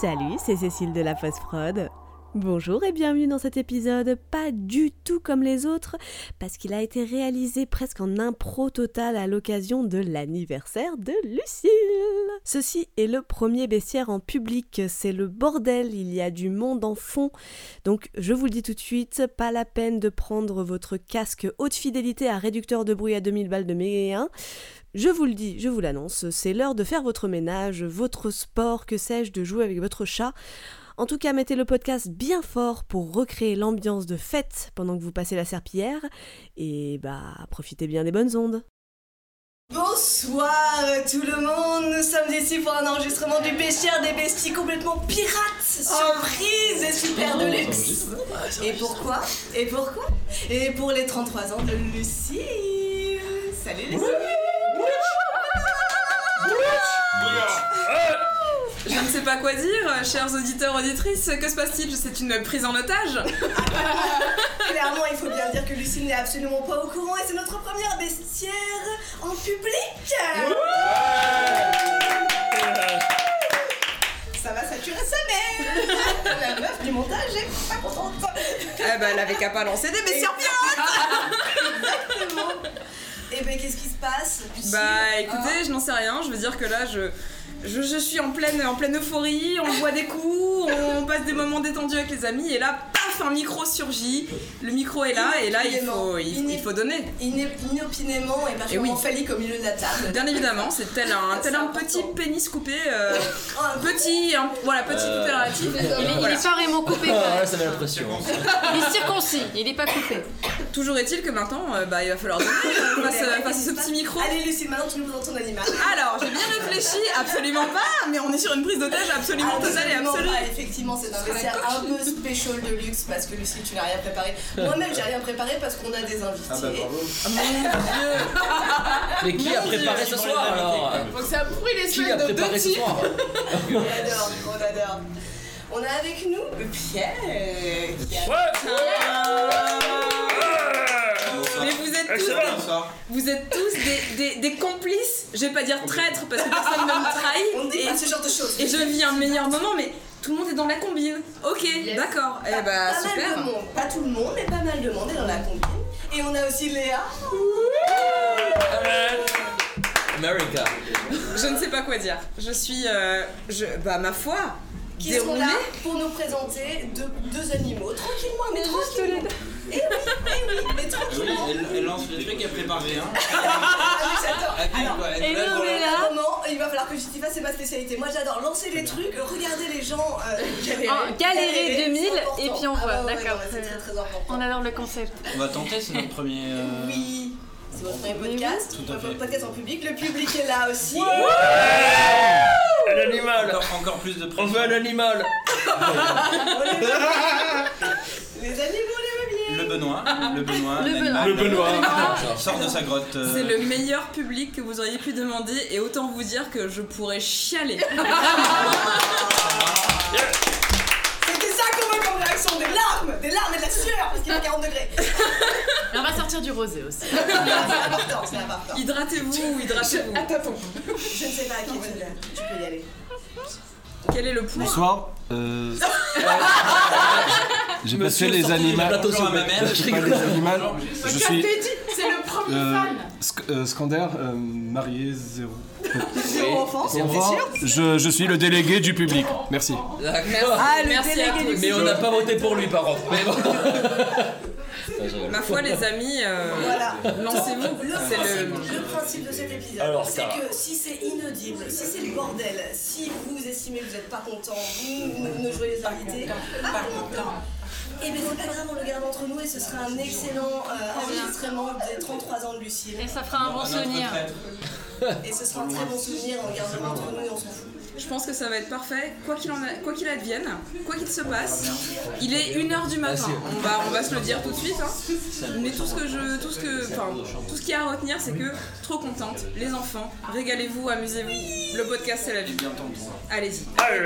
Salut, c'est Cécile de la Post Prod. Bonjour et bienvenue dans cet épisode, pas du tout comme les autres, parce qu'il a été réalisé presque en impro total à l'occasion de l'anniversaire de Lucille. Ceci est le premier bestiaire en public, c'est le bordel, il y a du monde en fond. Donc je vous le dis tout de suite, pas la peine de prendre votre casque haute fidélité à réducteur de bruit à 2000 balles de mégain. Je vous le dis, je vous l'annonce, c'est l'heure de faire votre ménage, votre sport, que sais-je, de jouer avec votre chat. En tout cas, mettez le podcast bien fort pour recréer l'ambiance de fête pendant que vous passez la serpillière. Et bah, profitez bien des bonnes ondes. Bonsoir euh, tout le monde, nous sommes ici pour un enregistrement du bestiaire des besties complètement pirates, surprise et super de luxe. Et pourquoi Et pourquoi Et pour les 33 ans de Lucie. Salut les amis. Je ne sais pas quoi dire, chers auditeurs, auditrices, que se passe-t-il C'est une prise en otage Clairement, il faut bien dire que Lucie n'est absolument pas au courant et c'est notre première bestiaire en public. Ça va saturer sa mère. La meuf du montage est pas contente. Eh ben, elle avait qu'à pas lancer des Et- messieurs Exactement. Et ben qu'est-ce qui se passe Lucie Bah écoutez, je n'en sais rien, je veux dire que là, je, je, je suis en pleine, en pleine euphorie, on voit des coups, on passe des moments détendus avec les amis, et là, paf, un micro surgit, le micro est là, et là, il faut, il, il faut donner. Ah, iné- inopinément et Eh parfaitement oui. phallique au milieu de la table. Bien évidemment, c'est tel un, tel un petit pénis coupé, euh, Oh, un peu- petit, un- voilà, petit Euh. coupé relatif. Il est, il est Voilà. pas vraiment coupé quand Ah ouais, même. ça met la pression. Il est circoncis, il est pas coupé. Toujours est-il que maintenant, euh, bah, il va falloir donner euh, face, euh, face à ce petit micro. Allez Lucille, maintenant tu nous présentes ton animal. Alors, j'ai bien réfléchi, absolument pas, mais on est sur une prise d'otage absolument totale et Ah, Absolument absolue. pas, effectivement, c'est un serait dessert cool. un peu spécial de luxe parce que Lucie, tu n'as rien préparé. Moi-même, j'ai rien préparé parce qu'on a des invités. Ah, Mais qui a préparé ce soir alors Donc ça a pourri les Qui a semaines de deux préparé ce types. soir on adore, on adore. On a avec nous Pierre. qui a- Ah. Mais vous Eh, êtes tous, vous êtes tous des, des- des complices, je vais pas dire traîtres parce que personne ne On ne me dit trahit. pas ce genre de choses. Et, et je vis un meilleur moment, mais tout le monde est dans la combine. Ok, d'accord. Eh bah pas super. mal de monde, pas tout le monde, mais pas mal de monde est dans la combine. Et on a aussi Léa. America. Je ne sais pas quoi dire. Je suis, euh, je, bah ma foi, qui sont déroulée. là pour nous présenter deux, deux animaux tranquillement, mais tranquillement. Et oui, eh oui, mais tranquillement. Elle lance le truc, elle prépare rien. Ah, mais j'adore. Alors, Et nous Ah, on est là. vraiment, il va falloir que j'y fasse, c'est ma spécialité. Moi, j'adore lancer les trucs, regarder les gens euh, galérer. Ah, galérer 2000, c'est important. et puis on Ah voit, ouais, ouais, d'accord. ouais, C'est très très important. On adore le concept. On va tenter, c'est notre premier. euh, Oui. C'est votre premier podcast, Tout à votre fait. podcast en public, le public est là aussi. À l'animal Encore, encore plus de On pression. veut l'animal les animaux, les meublés. Le Benoît. Le Benoît. Le l'animal, Benoît. Sort de sa grotte. euh, C'est le meilleur public que vous auriez pu demander et autant vous dire que je pourrais chialer. C'était ça qu'on veut comme réaction, des larmes, des larmes et de la sueur, parce qu'il fait 40 degrés. Et on va sortir du rosé aussi. C'est important, c'est important. Hydratez-vous ou hydratez-vous. Je ne sais pas à qui tu tu peux y aller. Quel est le point Bonsoir. Euh... J'ai Monsieur passé les sorti du animaux. plateau Bonjour à sommet. ma mère. Je Pas rigole. les animaux. Je Je suis t'ai dit, c'est le premier euh, fan. sc- euh, Scandaire, euh, marié zéro. Zéro enfant. Au revoir. Je, je suis le délégué du public. Merci. D'accord. Ah, le Merci délégué à du- Mais on n'a pas voté pour lui par contre. Mais bon. Ma foi, les amis, euh, Voilà. lancez-vous. Le C'est le- principe, le principe de cet épisode, Alors, c'est Sarah. que si c'est inaudible, si c'est le bordel, si vous estimez que vous n'êtes pas content, vous, ne- ne jouez les invités, pas content. Et bien c'est pas grave, on le garde entre nous et ce sera un excellent euh, enregistrement des 33 ans de Lucille. Et ça fera un bon à notre souvenir. retraite. Et ce sera un très bon souvenir, on le gardera entre nous et on s'en fout. Je pense que ça va être parfait, quoi qu'il en a- quoi qu'il advienne, quoi qu'il se passe. Il est 1h du matin, on va, on va se le dire tout de suite. hein. Mais tout ce que je, tout ce que, enfin, tout ce qu'il y a à retenir, c'est que trop contente, les enfants, régalez-vous, amusez-vous. Le podcast, c'est la vie. Bien tenté. Allez-y. Pierre,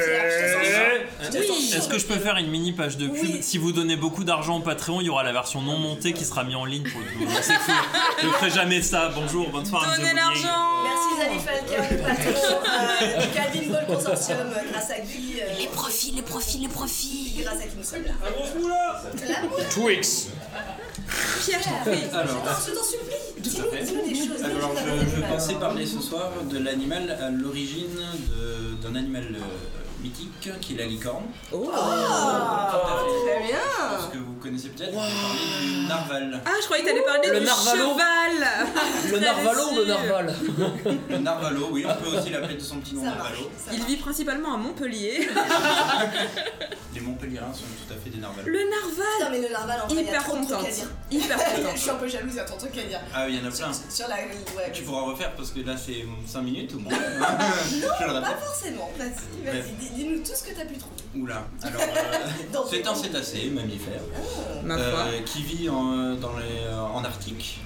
je te sens chaud. Est-ce que je peux faire une mini page de pub Oui. Si vous donnez beaucoup d'argent au Patreon, il y aura la version non montée qui sera mise en ligne pour tout le monde. C'est fou. hein. Je ferai jamais ça. Bonjour, bonne soirée. vous Donnez oubliez. l'argent Merci Zali Falcao, Patreon, euh, Calvin Ball Consortium, euh, grâce à Guy, euh, Les profits, les profits, les profits. grâce à qui nous sommes là. Ah, Twix. Pierre, je t'en prie. Alors, Non, je t'en supplie, tout à fait. dis-nous des choses. Alors, je, je pensais parler ce soir de l'animal à l'origine de- d'un animal euh, mythique qui est la licorne. Oh. Très bien. Parce que vous connaissez peut-être, on a parlé du narval. Ah, je croyais que t'allais parler Le du narvalo. cheval Le narvalo ou le Salut. narval Le narvalo, oui, on peut aussi l'appeler de son petit nom Ça marche. narvalo. ça Il marche. vit principalement à Montpellier. Les Montpelliérains sont tout à fait des narvalos. Le narval Putain, mais le narval, en fait, il y a Hyper trop de trucs à contente. dire. Hyper Je contente. suis un peu jalouse, il y a trop de trucs à dire. Ah, il y en a plein. Sur la. Ouais, Tu pourras refaire parce que là c'est 5 minutes ou moins. je le Pas répète. forcément, vas-y, Ouais. vas-y, dis- dis-nous tout ce que t'as pu trouver. Oula. Alors, euh, Dans c'est tes- un cétacé, mammifère, Ma foi. euh, qui vit en, euh, dans les, euh, en Arctique.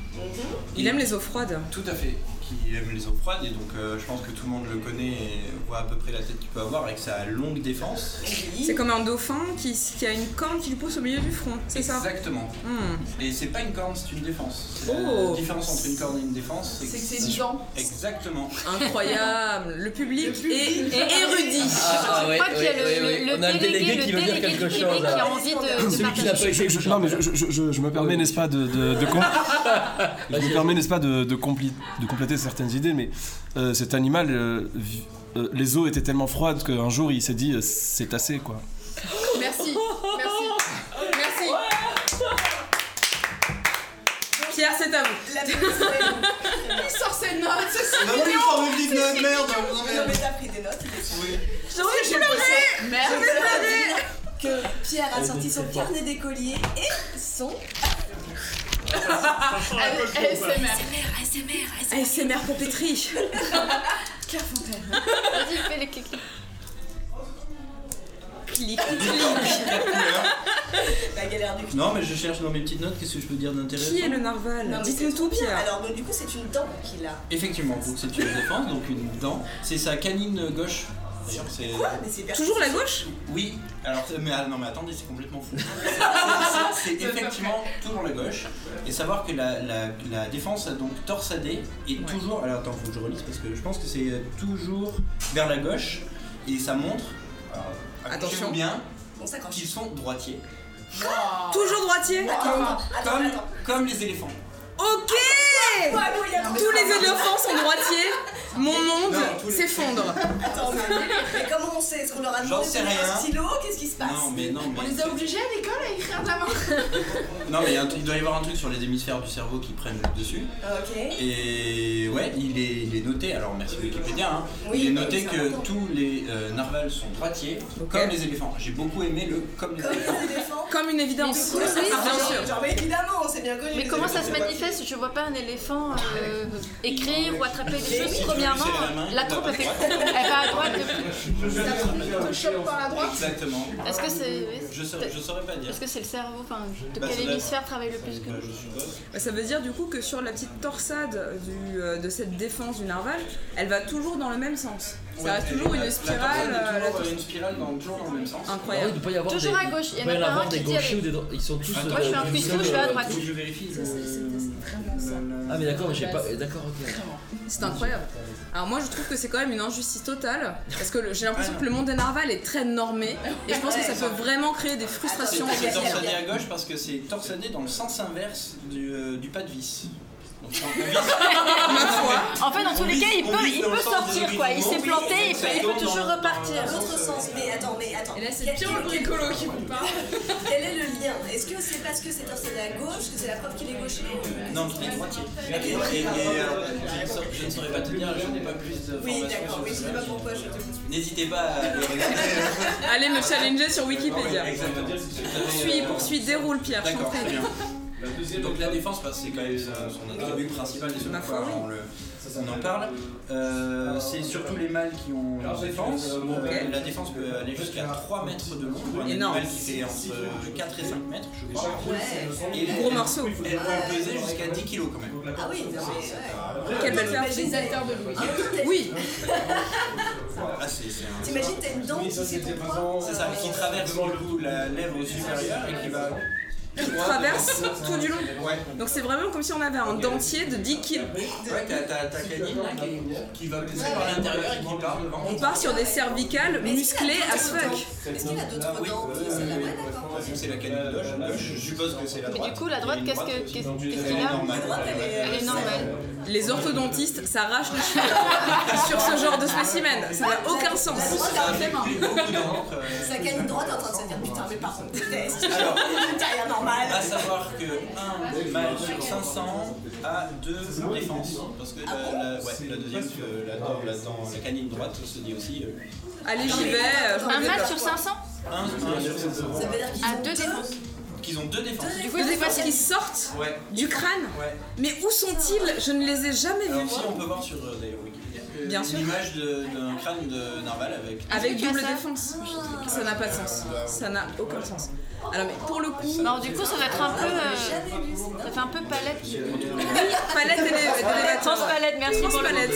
Il aime les eaux froides. Tout à fait. Qui aime les eaux froides et donc euh, je pense que tout le monde le connaît et voit à peu près la tête qu'il peut avoir avec sa longue défense. C'est comme un dauphin qui, qui a une corne qui lui pousse au milieu du front, c'est ça Exactement. Hmm. Et c'est pas une corne, c'est une défense. C'est Oh. La différence entre une corne et une défense, c'est C'est que que c'est du vent. Exactement. Incroyable Le public, est, est érudit Ah, ouais, crois qu'il y a le- ouais, le- ouais. le On a le délégué délégué- qui le veut dire délégué quelque chose. du Québec qui là. a envie de- de Celui qui n'a pas écrit quelque chose. Non mais je, je- je- je me permets, n'est-ce pas, de, de- de com- je me permets, n'est-ce pas, de, de compli- de compléter certaines idées, mais euh, cet animal, euh, vi- euh, les eaux étaient tellement froides qu'un jour il s'est dit euh, c'est assez quoi. Merci. Merci. Merci. Pierre, c'est à vous La police, Il sort ses notes. c'est- Non, mais on oublie de notre merde, on vous Non emmerde. mais t'as pris des notes. Oui. J'aurais Je ressens Merde. que Pierre a sorti son carnet d'écolier et son... Euh, Avec ASMR. ASMR, ASMR, ASMR. ASMR pour Pétri Vas-y, fais les clics. Clic La galère du cul. Non, mais je cherche dans mes petites notes, qu'est-ce que je peux dire d'intéressant Qui est le narval Non, mais Dites-nous c'est tout, trop bien. Pierre Alors donc, du coup c'est une dent qu'il a. Effectivement, donc c'est une défense, donc une dent. C'est sa canine gauche. D'ailleurs, c'est. Mais c'est hyper- Toujours la gauche Oui, alors mais, ah, non mais attendez, c'est complètement fou. C'est- c'est effectivement toujours la gauche. Et savoir que la, la- la défense a donc torsadé et toujours. Alors attends, faut que je relise parce que je pense que c'est euh, toujours vers la gauche. Et ça montre. alors, accrochez-vous Attention. bien On s'accroche. qu'ils sont droitiers. Ah. Toujours droitier Ah, Attends, attends, Comme, attends. comme les éléphants. Ok Ah non, il y a Tous les éléphants sont droitiers Mon monde Non, tous les- s'effondre Attends, mais, mais comment on sait Est-ce qu'on leur a J'en demandé sais de faire un rien. stylo Qu'est-ce qui se passe Non mais non mais. Ah, On les a obligés à l'école à écrire de la main. Non mais il y a un truc- il doit y avoir un truc sur les hémisphères du cerveau qui prennent le dessus. Ah, Ok. Et ouais, il est, il est noté, alors merci Wikipédia, hein, Oui, il est mais noté c'est que important. tous les euh, narvals sont droitiers, Ok. comme les éléphants. J'ai beaucoup aimé le comme les Comme éléphants. les éléphants. Comme une évidence Oui, oui, Ah, Bien genre- sûr Genre, mais évidemment, on s'est bien connu. Mais comment ça se manifeste Je vois pas un éléphant euh, écrire ou attraper des Oui, choses. tu peux Premièrement, lui serrer la main, la il trompe, va elle à fait. droite. Elle va à droite. de- On te chope par la droite. Exactement. Est-ce que c'est. Je saurais, je saurais pas dire. Est-ce que c'est le cerveau Enfin, de Bah, ça quel doit- hémisphère travaille le plus que Bah, je suppose. Bah, Ça veut dire du coup que sur la petite torsade du, euh, de cette défense du narval, elle va toujours dans le même sens. Ça Ouais, reste et toujours la- une la spirale. tortue est euh, la toujours torsade. une spirale dans, toujours dans le même sens. Ah oui, Incroyable. il doit y avoir Toujours des- à gauche, il y en doit a pas avoir un des qui dit gauchers allez. ou des droits. Ils sont tous. Attends, Moi, je fais un vérifie cuistot, je vais à le- droite. faut que Je vérifie. le- Ah, mais d'accord, mais j'ai pas. D'accord, ok. C'est incroyable. Alors moi je trouve que c'est quand même une injustice totale parce que le- j'ai l'impression que le monde des narvals est très normé et je pense que ça peut vraiment créer des C'est frustrations. c'est Attention, torsadé à gauche parce que c'est torsadé dans le sens inverse du, euh, du pas de vis. Donc, quand on visse- En fait, dans tous les vise- cas, il on peut, vise il dans le peut sens sortir des quoi. Il s'est mouvements, planté, oui, il peut, il peut dans- toujours dans- repartir. dans- L'autre sens, mais attends, mais attends. Et là, c'est Quel- Pierre le quel- bricolo qui vous parle. hein. Quel est le lien Est-ce que c'est parce que c'est torsionné à gauche que c'est la preuve qu'il est gaucher Non, je est droitier. Et, et, euh, je, ne saurais- je ne saurais pas te dire, je n'ai pas plus de Oui, formation d'accord, sur oui, je ce sais pas sujet. pourquoi je te N'hésitez pas à aller regarder. Allez me challenger sur Wikipédia. Exactement. Vous avez, Poursuis, euh, poursuis, déroule Pierre, je t'en D'accord, prie. très bien. Donc la euh, défense, parce que c'est quand même son, son attribut principal des Ma secondes foi, oui. on, le- on en parle. Euh, c'est surtout les mâles qui ont la défense. Euh, la défense peut aller jusqu'à 3 mètres de long pour un Énorme. animal qui fait entre euh, 4 et 5 mètres, je crois. Et Gros morceau. Elle peut peser jusqu'à 10 kilos quand même. Ah oui, non, mais ouais. Quelle belle Imagine, fête. Des acteurs de Louis. Oui, Ah, c'est c'est un- T'imagines, t'as une dent qui fait ton poids C'est ça, qui traverse le coup la lèvre supérieure et qui va. Qui traverse tout du long. Ouais. Donc c'est vraiment comme si on avait un dentier de 10 kilos. Ouais, t'as- t'as ta canine là qui, qui va pousser par l'intérieur et qui part devant. On part sur des cervicales musclées as fuck. Est-ce qu'il a d'autres dents C'est la canine gauche, gauche, je suppose que c'est la Mais droite. du coup, la droite, qu'est-ce que- qu'est-ce- qu'est-ce Elle qu'il est a normale. Elle est normale. Les orthodontistes s'arrachent les cheveux sur ce genre de spécimen. Ça n'a aucun sens. Sa canine droite est en train de se dire putain, mais par contre, déteste. T'as rien normal. À savoir que un mâle sur 500 a deux défenses. Parce que la, la- ouais, la deuxième, euh, la, dent- la, dent- la canine droite se dit aussi. euh, Allez, j'y vais. euh, je me Un match sur développe. 500 un, un sur 500. À deux défenses. Qu'ils ont deux défenses. Du coup, Des c'est faces facile. qui sortent Ouais. du crâne. Ouais. Mais où sont-ils Je ne les ai jamais Alors vus. si on peut voir sur euh, d'ailleurs, Wikipédia euh, Bien sûr. l'image de- d'un crâne de narval avec. Avec double ça défense. Ça n'a pas de sens. Ça n'a aucun sens. Alors, mais pour le coup, Non, du coup, ça doit être un peu. euh, Ça fait un peu palette. palette et les- de l'élévateur. Transpalette, merci pour le mot.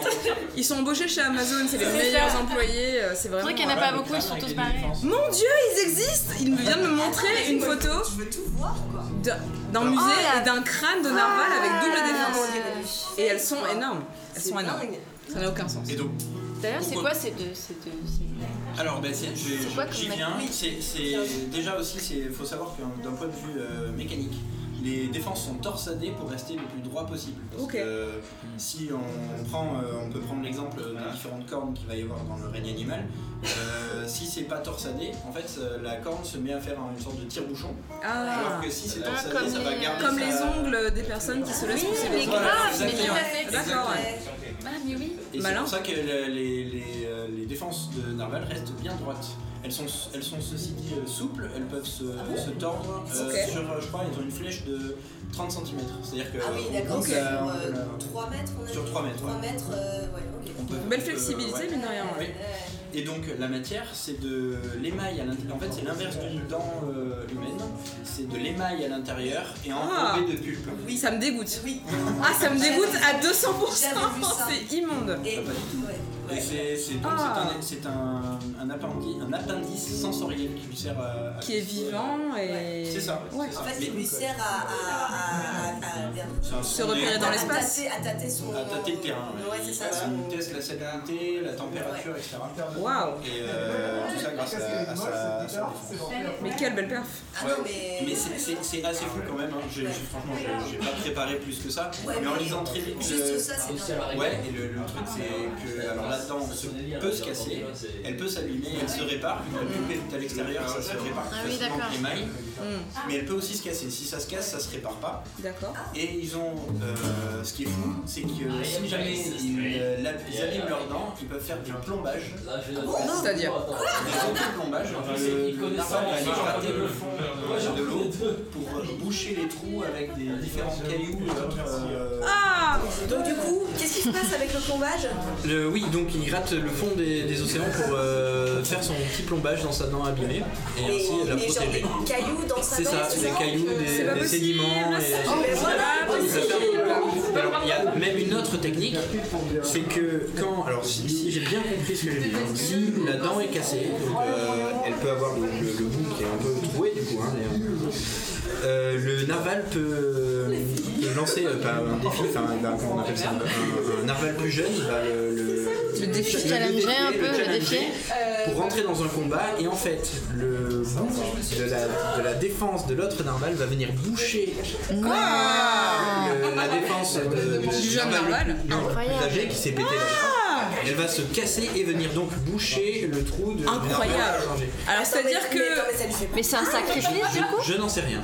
Transpalette. Ils sont embauchés chez Amazon, c'est les C'est meilleurs ça. employés. euh, C'est C'est vraiment. vrai qu'il n'y en a pas beaucoup, ils sont tous pareils. Mon dieu, ils existent Il me vient de me montrer une photo Je veux tout voir quoi. d'un d'un musée là. et d'un crâne de narval avec double défense. Et elles sont énormes. Elles sont énormes. dingue. Ça n'a aucun sens. Et donc, D'ailleurs, c'est quoi ces deux ces deux- ces- alors ben, c'est- je- C'est quoi j'y comme viens. mec C'est c'est- déjà aussi, c'est faut savoir que d'un point de vue euh, mécanique, les défenses sont torsadées pour rester le plus droit possible. Parce Ok. que euh, si on prend, euh, on peut prendre l'exemple des différentes cornes qu'il va y avoir dans le règne animal. euh, si c'est pas torsadé, en fait, euh, la corne se met à faire une sorte de tire-bouchon. Alors Ah, que si c'est Ah, torsadé, comme ça va les- garder. comme les sa- ongles des personnes qui se laissent pousser mais les ongles. Voilà, grave, mais exactement. tout à fait. D'accord, ouais. Ah, mais oui. Et c'est Malin. pour ça que le- les, les, euh, les défenses de Narval restent bien droites. Elles sont, elles sont ceci dit euh, souples, elles peuvent se, se tordre euh, Ah Ok. sur, euh, je crois, elles ont une flèche de 30 cm. C'est-à-dire que. Ah oui, on d'accord, peut sur la- on peut euh, la- 3 mètres on a Sur dit. 3 mètres, Trois ouais. mètres, euh, ouais, on ok. peut- Belle on peut- flexibilité, ouais. mine de rien. Oui. Ouais. Et donc la matière, c'est de l'émail à l'intérieur. En fait, c'est l'inverse d'une dent euh, humaine. C'est de l'émail à l'intérieur et Ah. enrobé de pulpe. Oui, ça me dégoûte. Oui. Ah, ça me dégoûte à 200%. J'avais vu ça. C'est immonde. Et pas du ouais. Et c'est c'est- donc Ah. c'est un, c'est un, un appendi- un appendice sensoriel qui lui sert à. à- Qui est vivant et. C'est ça. Ouais. c'est ça. En fait, Ah, Mais- euh, il lui sert à, à, à, à, C'est un Se sondage. repérer dans à- à l'espace. tâter- À tâter son. À tâter le terrain. Ah, Ouais, c'est ça. On son- teste la salinité, la température, etc. Waouh. Et euh, tout ça grâce à, à sa, à sa défense. Ah Mais quelle belle perf. Ah non, mais. Mais c'est- c'est c'est assez fou quand même, hein. J'ai- j'ai- franchement j'ai- j'ai pas préparé plus que ça, mais en lisant très vite... Juste euh, ça, c'est bien. Ouais, et le, le truc c'est que alors là-dedans on se- peut se casser, elle peut s'abîmer, elle se répare, vu que la pulpe est à l'extérieur, ça se répare Ah oui, facilement avec les mailles, Hmm, mais elle peut aussi se casser, si ça se casse ça se répare pas, D'accord. Et ils ont. euh, ce qui est fou, c'est que si jamais ils, euh, la- ils abîment leurs dents, ils peuvent faire des plombages. C'est-à-dire Des auto-plombages. Le narval va aller gratter le fond euh, de l'eau pour euh, boucher les trous avec des différents cailloux et autres. euh, Ah Donc, du coup, qu'est-ce qui se passe avec le plombage Le- oui, donc il gratte le fond des, des océans pour euh, faire son petit plombage dans sa dent abîmée et Les ainsi la protéger. des cailloux dans sa C'est ça, c'est des cailloux, C'est pas des, des possible, sédiments. Et... ça. Mais voilà, Ça fait un possible. peu- Alors, il y a même une autre technique, c'est que quand. Alors, si, si j'ai bien compris ce que j'ai dit, hein, si la dent est cassée, donc, euh, elle peut avoir donc, le, le bout qui est un peu troué du coup, hein, d'ailleurs. Euh, le narval peut, peut lancer euh, pas un défi, enfin un- comment on appelle ça, un, un narval plus jeune, bah, le, le, Le défi. le- le Challenger défi, un peu, le challenger défi. pour rentrer dans un combat et en fait le bout de la, de la défense de l'autre narval va venir boucher Ah. le- la défense de- Du jeune narval non, le plus Incroyable. âgé qui s'est pété la Ah. jambe. Elle va se casser et venir donc boucher le trou de Incroyable. Ah, du narval changé. Alors, c'est-à-dire que. Mais c'est un sacrifice, du coup Je n'en sais rien.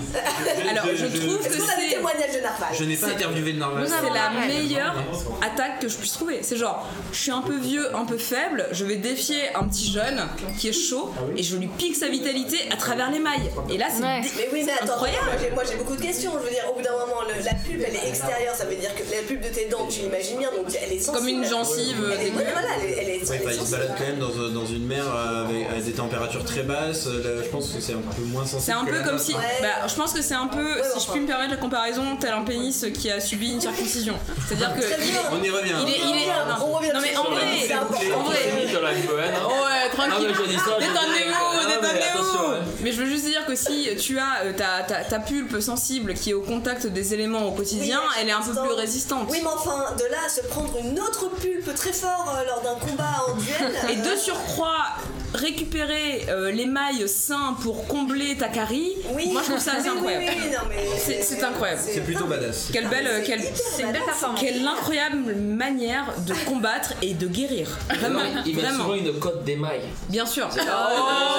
Alors, je trouve que Est-ce qu'on a des c'est. témoignages de narval Je n'ai pas interviewé le narval. Nous C'est avons- la meilleure attaque que je puisse trouver. C'est genre, je suis un peu vieux, un peu faible, je vais défier un petit jeune qui est chaud et je lui pique sa vitalité à travers les mailles. Et là, c'est Ouais. dé- Mais oui, mais attends, Incroyable. moi, j'ai- moi j'ai beaucoup de questions. Je veux dire, au bout d'un moment, le- la pub elle est extérieure, ça veut dire que la pub de tes dents, tu imagines bien, donc elle est sensible. comme une gencive Elle est- dégueu. voilà, voilà, elle est- elle est. Ouais, elle est enfin, il se balade quand même dans, euh, dans une mer euh, avec, avec des températures très basses. Euh, là, je pense que c'est un peu moins sensible. C'est un que peu la comme nôtre. si. Bah, je pense que c'est un peu, si je puis me permettre la comparaison, tel un pénis qui a subi une circoncision. C'est-à-dire que. Très il bien. est- On y revient. hein. Il est. Il est non. On revient Non, mais en dessus. vrai, C'est important. en vrai. Dans la Moën. Ouais, tranquille. Ah, mais j'ai dit ça, j'ai dit- Ah, Détendez-vous, mais attention, détendez-vous. hein. Mais je veux juste dire que si tu as euh, ta, ta, ta pulpe sensible qui est au contact des éléments au quotidien, Oui, elle est un peu plus résistante. Oui, mais enfin, de là à se prendre une autre pulpe très fort euh, lors d'un combat en duel. Et euh, de surcroît, récupérer euh, les mailles sains pour combler ta carie, Oui. moi je trouve ça assez Oui, oui, incroyable. oui, non, mais- C'est- C'est incroyable. C'est plutôt badass. Quelle belle, euh, quelle, Ah, C'est une belle performance. Quelle incroyable manière de Ah. combattre et de guérir. Vraiment, Non, Ils mettent vraiment. souvent une cote d'émail. Bien sûr. Oh. Ah, je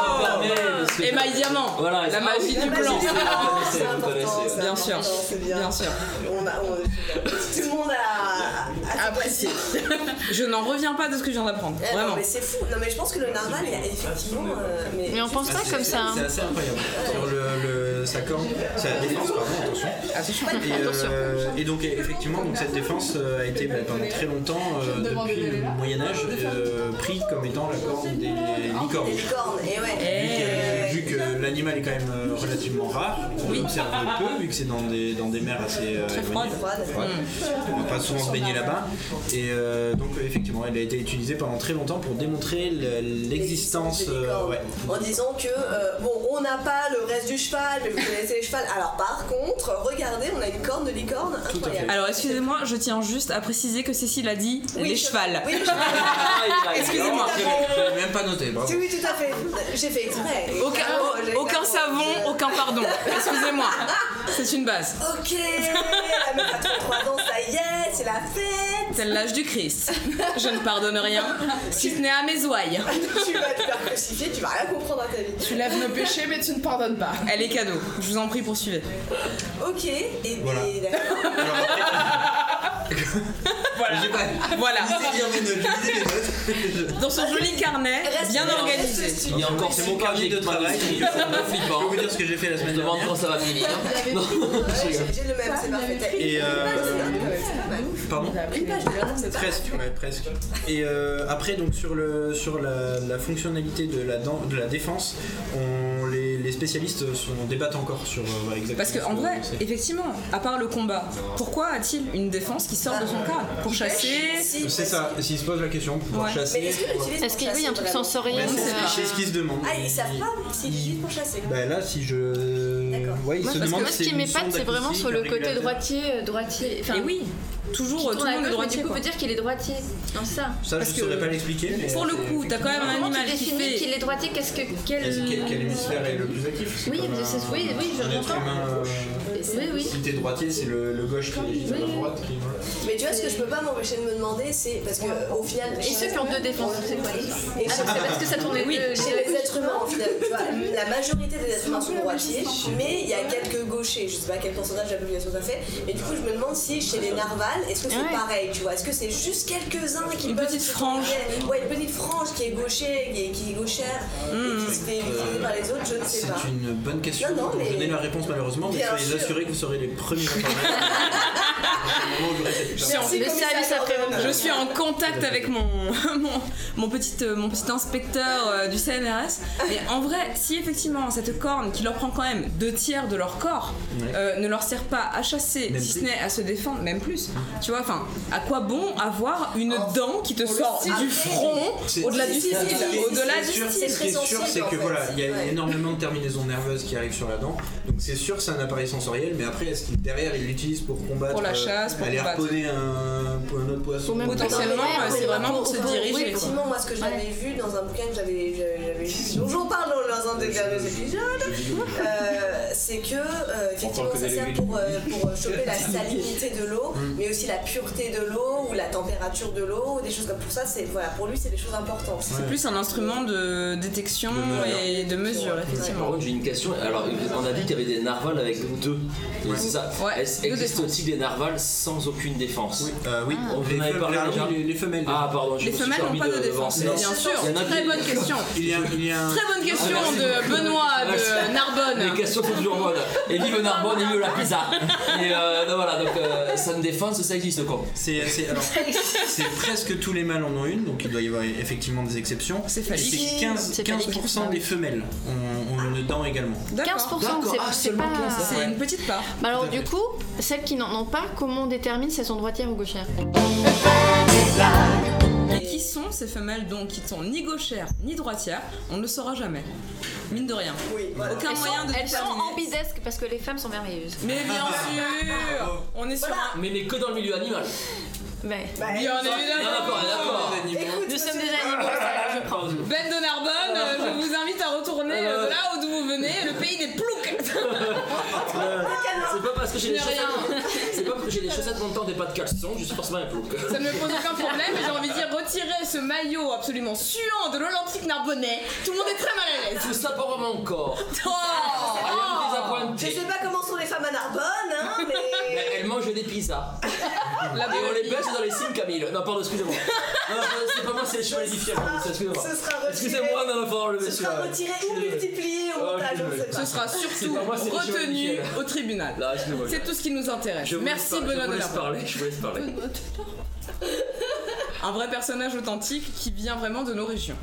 me permets, parce que- Émail diamant. Voilà, La ah magie oui, du la blanc. magie du blanc. Vous C'est important, connaissez, c'est ouais. Bien important, sûr. c'est bien. Bien sûr. On a- on- tout le monde a, Ah, a- a apprécié. Je n'en reviens pas de ce que je viens d'apprendre. Eh, non, Vraiment. mais c'est fou. Non, mais je pense que le narval, il y a effectivement. euh, mais... Mais on pense pas Ah, comme c'est- ça. hein. C'est assez incroyable. Sur le, le- sa corne, sa défense, pardon, attention. Ah, Et, euh, et donc effectivement, donc cette défense euh, a été bah, pendant très longtemps, euh, depuis le Moyen Âge, euh, pris comme étant la corne des Ah, licornes. Des licornes, et Eh, Vu ouais. Eh, que, vu que l'animal est quand même euh, relativement rare, on l'observe peu, vu que c'est dans des, dans des mers assez euh, éloignées. froides. Froides. Hmm. On va pas souvent se baigner là-bas. Et euh, donc euh, effectivement, elle a été utilisée pendant très longtemps pour démontrer le- l'existence. euh, ouais. En disant que, euh, bon, on n'a pas le reste du cheval, mais vous connaissez les chevals. Alors, par contre, regardez, on a une corne de licorne incroyable. Alors excusez-moi, je tiens juste à préciser que Cécile a dit Oui, les cheval. chevals. Oui, le cheval. Excusez-moi. J'avais même pas noté, bravo. Oui, tout à fait. J'ai fait exprès. Aucun, Bravo, au- j'ai- aucun savon, aucun pardon. Excusez-moi. C'est une base. Ok, la meuf a 33 ans, ça y est, c'est la fête. C'est l'âge du Christ. Je ne pardonne rien, si ce n'est à mes ouailles. tu vas te faire crucifier, tu vas rien comprendre à ta vie. Tu lèves nos péchés, mais tu ne pardonnes pas. Elle est cadeau. Je vous en prie, poursuivez. Ok, et Voilà. et d'accord. J'ai pas. Voilà. lisez bien mes notes, lisez mes notes. Dans ce joli carnet, Reste bien bien. organisé. Il y a encore C'est mon carnet de travail. Je flippant. vais vous dire ce que j'ai fait la On semaine se demande dernière. quand ça va finir. Non. Ouais, j'ai- J'ai le même, c'est parfait. T'as Et euh, une page de notes, quand même. pardon. Une page de notes, c'est parfait. Presque, ouais, presque. Et euh, après, donc sur, le, sur la, la fonctionnalité de la, dan- de la défense, on, les, les spécialistes sont, débattent encore sur euh, ouais, exactement. Parce que en ce vrai, c'est. effectivement, à part le combat, pourquoi a-t-il une défense qui sort de son corps pour chasser Si, C'est parce- ça, s'ils se posent la question, pour Ouais. chasser. Mais est-ce que l'utilisent Est-ce qu'il y a un truc sensoriel sensoriel Bah, c'est- euh, c'est ce qu'ils se demandent. Ah, ils savent pas s'ils l'utilisent pour chasser. Bah là, si je. D'accord. Ouais, ils Moi, parce se que demandent moi, ce si qui une m'épate, sonde c'est vraiment sur le côté régulateur. droitier, euh, droitier. Enfin, Et oui, toujours qui tout tourne le à gauche, mais monde est du droitier. coup, on quoi. peut dire qu'il est droitier. Non, c'est ça. Ça, je parce que- saurais pas l'expliquer. mais Pour le c'est- coup, t'as quand même un Comment tu animal qui définis fait. qu'il est droitier Qu'est-ce que Est-ce que- quel Quel hémisphère est le plus actif C'est Oui, comme mais c'est- un- oui, oui, je un être l'entends. humain, euh, Oui, oui. Si t'es droitier, c'est le, le gauche qui est à la droite. Qui... Mais tu vois, ce que je peux pas m'empêcher de me demander, c'est parce que euh, au final, Et ceux qui ont deux défenses, c'est quoi Et Ah, chez- donc c'est parce que ça tourne les Oui. deux. chez les êtres humains, en final, tu vois, la majorité des êtres humains sont droitiers, mais il y a quelques gauchers. Je sais pas quel pourcentage de la population ça fait, mais du coup, je me demande si chez les narvals, est-ce que c'est Ouais. pareil, tu vois Est-ce que c'est juste quelques-uns qui Une peuvent petite se frange. tourner Ouais, une petite frange qui est gauchée, qui est, qui est gauchère, Hmm. et qui se fait utiliser par les autres, je ne sais C'est pas. une bonne question. Non, non, Je vais mais- donner la réponse malheureusement, mais Bien soyez sûr. assurés que vous serez les premiers informés. Au moment où j'aurai cette Je suis en- Merci, Le commissaire service après Gordon. Je suis en contact avec mon, mon, mon petit, euh, mon petit inspecteur euh, du CNRS. Mais en vrai, si effectivement cette corne qui leur prend quand même deux tiers de leur corps Ouais. euh, ne leur sert pas à chasser, Même si ce plus. n'est à se défendre, même plus. Tu vois, enfin, à quoi bon avoir une dent qui te sort du front, C'est- au-delà c'est- du c'est- cil, c'est- c'est- au-delà c'est du sûr- cil, Ce qui est très sûr, sensible, c'est en que fait. voilà, il y a Ouais. énormément de terminaisons nerveuses qui arrivent sur la dent. Donc c'est sûr, c'est un appareil sensoriel, mais après, est-ce qu'il derrière, il l'utilise pour combattre, Pour la euh, chasse, pour aller combattre. harponner un, pour un autre poisson Ou même ou- pour- Potentiellement, Non, mais euh, c'est pour- vraiment pour se Oui, diriger. quoi. effectivement, moi, ce que j'avais vu dans un bouquin que j'avais j'avais- j'avais lu, dont j'en parle dans un des derniers épisodes, euh, c'est que, euh, effectivement, ça sert pour, euh, pour choper la salinité de l'eau, Mm. mais aussi la pureté de l'eau, ou la température de l'eau, ou des choses comme pour ça. c'est- Voilà, pour lui, c'est des choses importantes. C'est plus un instrument de détection et de mesure, Par effectivement. contre, j'ai une question. Alors, on a dit qu'il y avait des narvals avec deux. Et C'est ça. Ouais, Est-ce- deux Existe défenses. aussi des narvals sans aucune défense Oui, euh, oui. les, On en avait femelles- parlé les- déjà. les- les femelles. Ah, pardon, je Les me suis femelles n'ont permis pas de défense, d'avancer. mais bien sûr. Il y en a Très qui- bonne question. Il y a, il y a un- Très bonne question Ah, merci de Benoît de Les Narbonne. questions sont toujours toujours bonne. Et vive Narbonne et vive la pizza. Et euh, donc voilà, donc euh, ça me défonce, ça existe quoi. C'est alors, c'est presque tous les mâles en ont une, donc il doit y avoir effectivement des exceptions. C'est phallique. 15, C'est phallique. 15% des femelles ont, ont une dent également. 15%, c'est- c'est pas. Ah, C'est une petite part. Bah alors du coup, celles qui n'en ont pas, comment on détermine si elles sont droitières ou gauchères Et qui sont ces femelles donc qui ne sont ni gauchères ni droitières On ne le saura jamais. Mine de rien. Aucun elles moyen sont, de Elles sont déterminer. ambidesques parce que les femmes sont merveilleuses. Mais bien sûr On est sur un. Mais, mais que dans le milieu animal. Mais. Bien évidemment. Ah, D'accord, d'accord. Ah, Nous sommes déjà animaux, ça, je prends. Ben de Narbonne, euh, je vous invite à retourner euh, de là d'où vous venez, le pays des ploucs C'est pas parce que j'ai des Je n'ai rien. chaussettes. C'est pas parce que j'ai des chaussettes dans le temps et pas de caleçon, je suis forcément un plouc. Ça ne me pose aucun problème, mais j'ai envie de dire retirer ce maillot absolument suant de l'Olympique Narbonnais. Tout le monde est très mal à l'aise. Tout ça pour mon corps. Oh, Elle est Je désappointée. sais pas comment sont les femmes à Narbonne, hein, mais. Mais Elle mange des pizzas. oh, La Et on les baisse dans les cimes, Camille. Non, pardon, excusez-moi. Non, non, c'est pas moi, c'est le chevalier du fier. Excusez-moi. Ce sera retiré. Excusez-moi, non, non, pardon, le Ce monsieur. sera euh, retiré ou multiplié au Oh, montage, je on me- ne sait pas. Ce sera C'est surtout pas moi, c'est le chevalier du retenu fier. au tribunal. Là, excusez-moi. C'est tout ce qui nous intéresse. Je vous laisse Merci par- Benoît Je vous laisse Delaport. parler, je vous laisse parler. Un vrai personnage authentique qui vient vraiment de nos régions.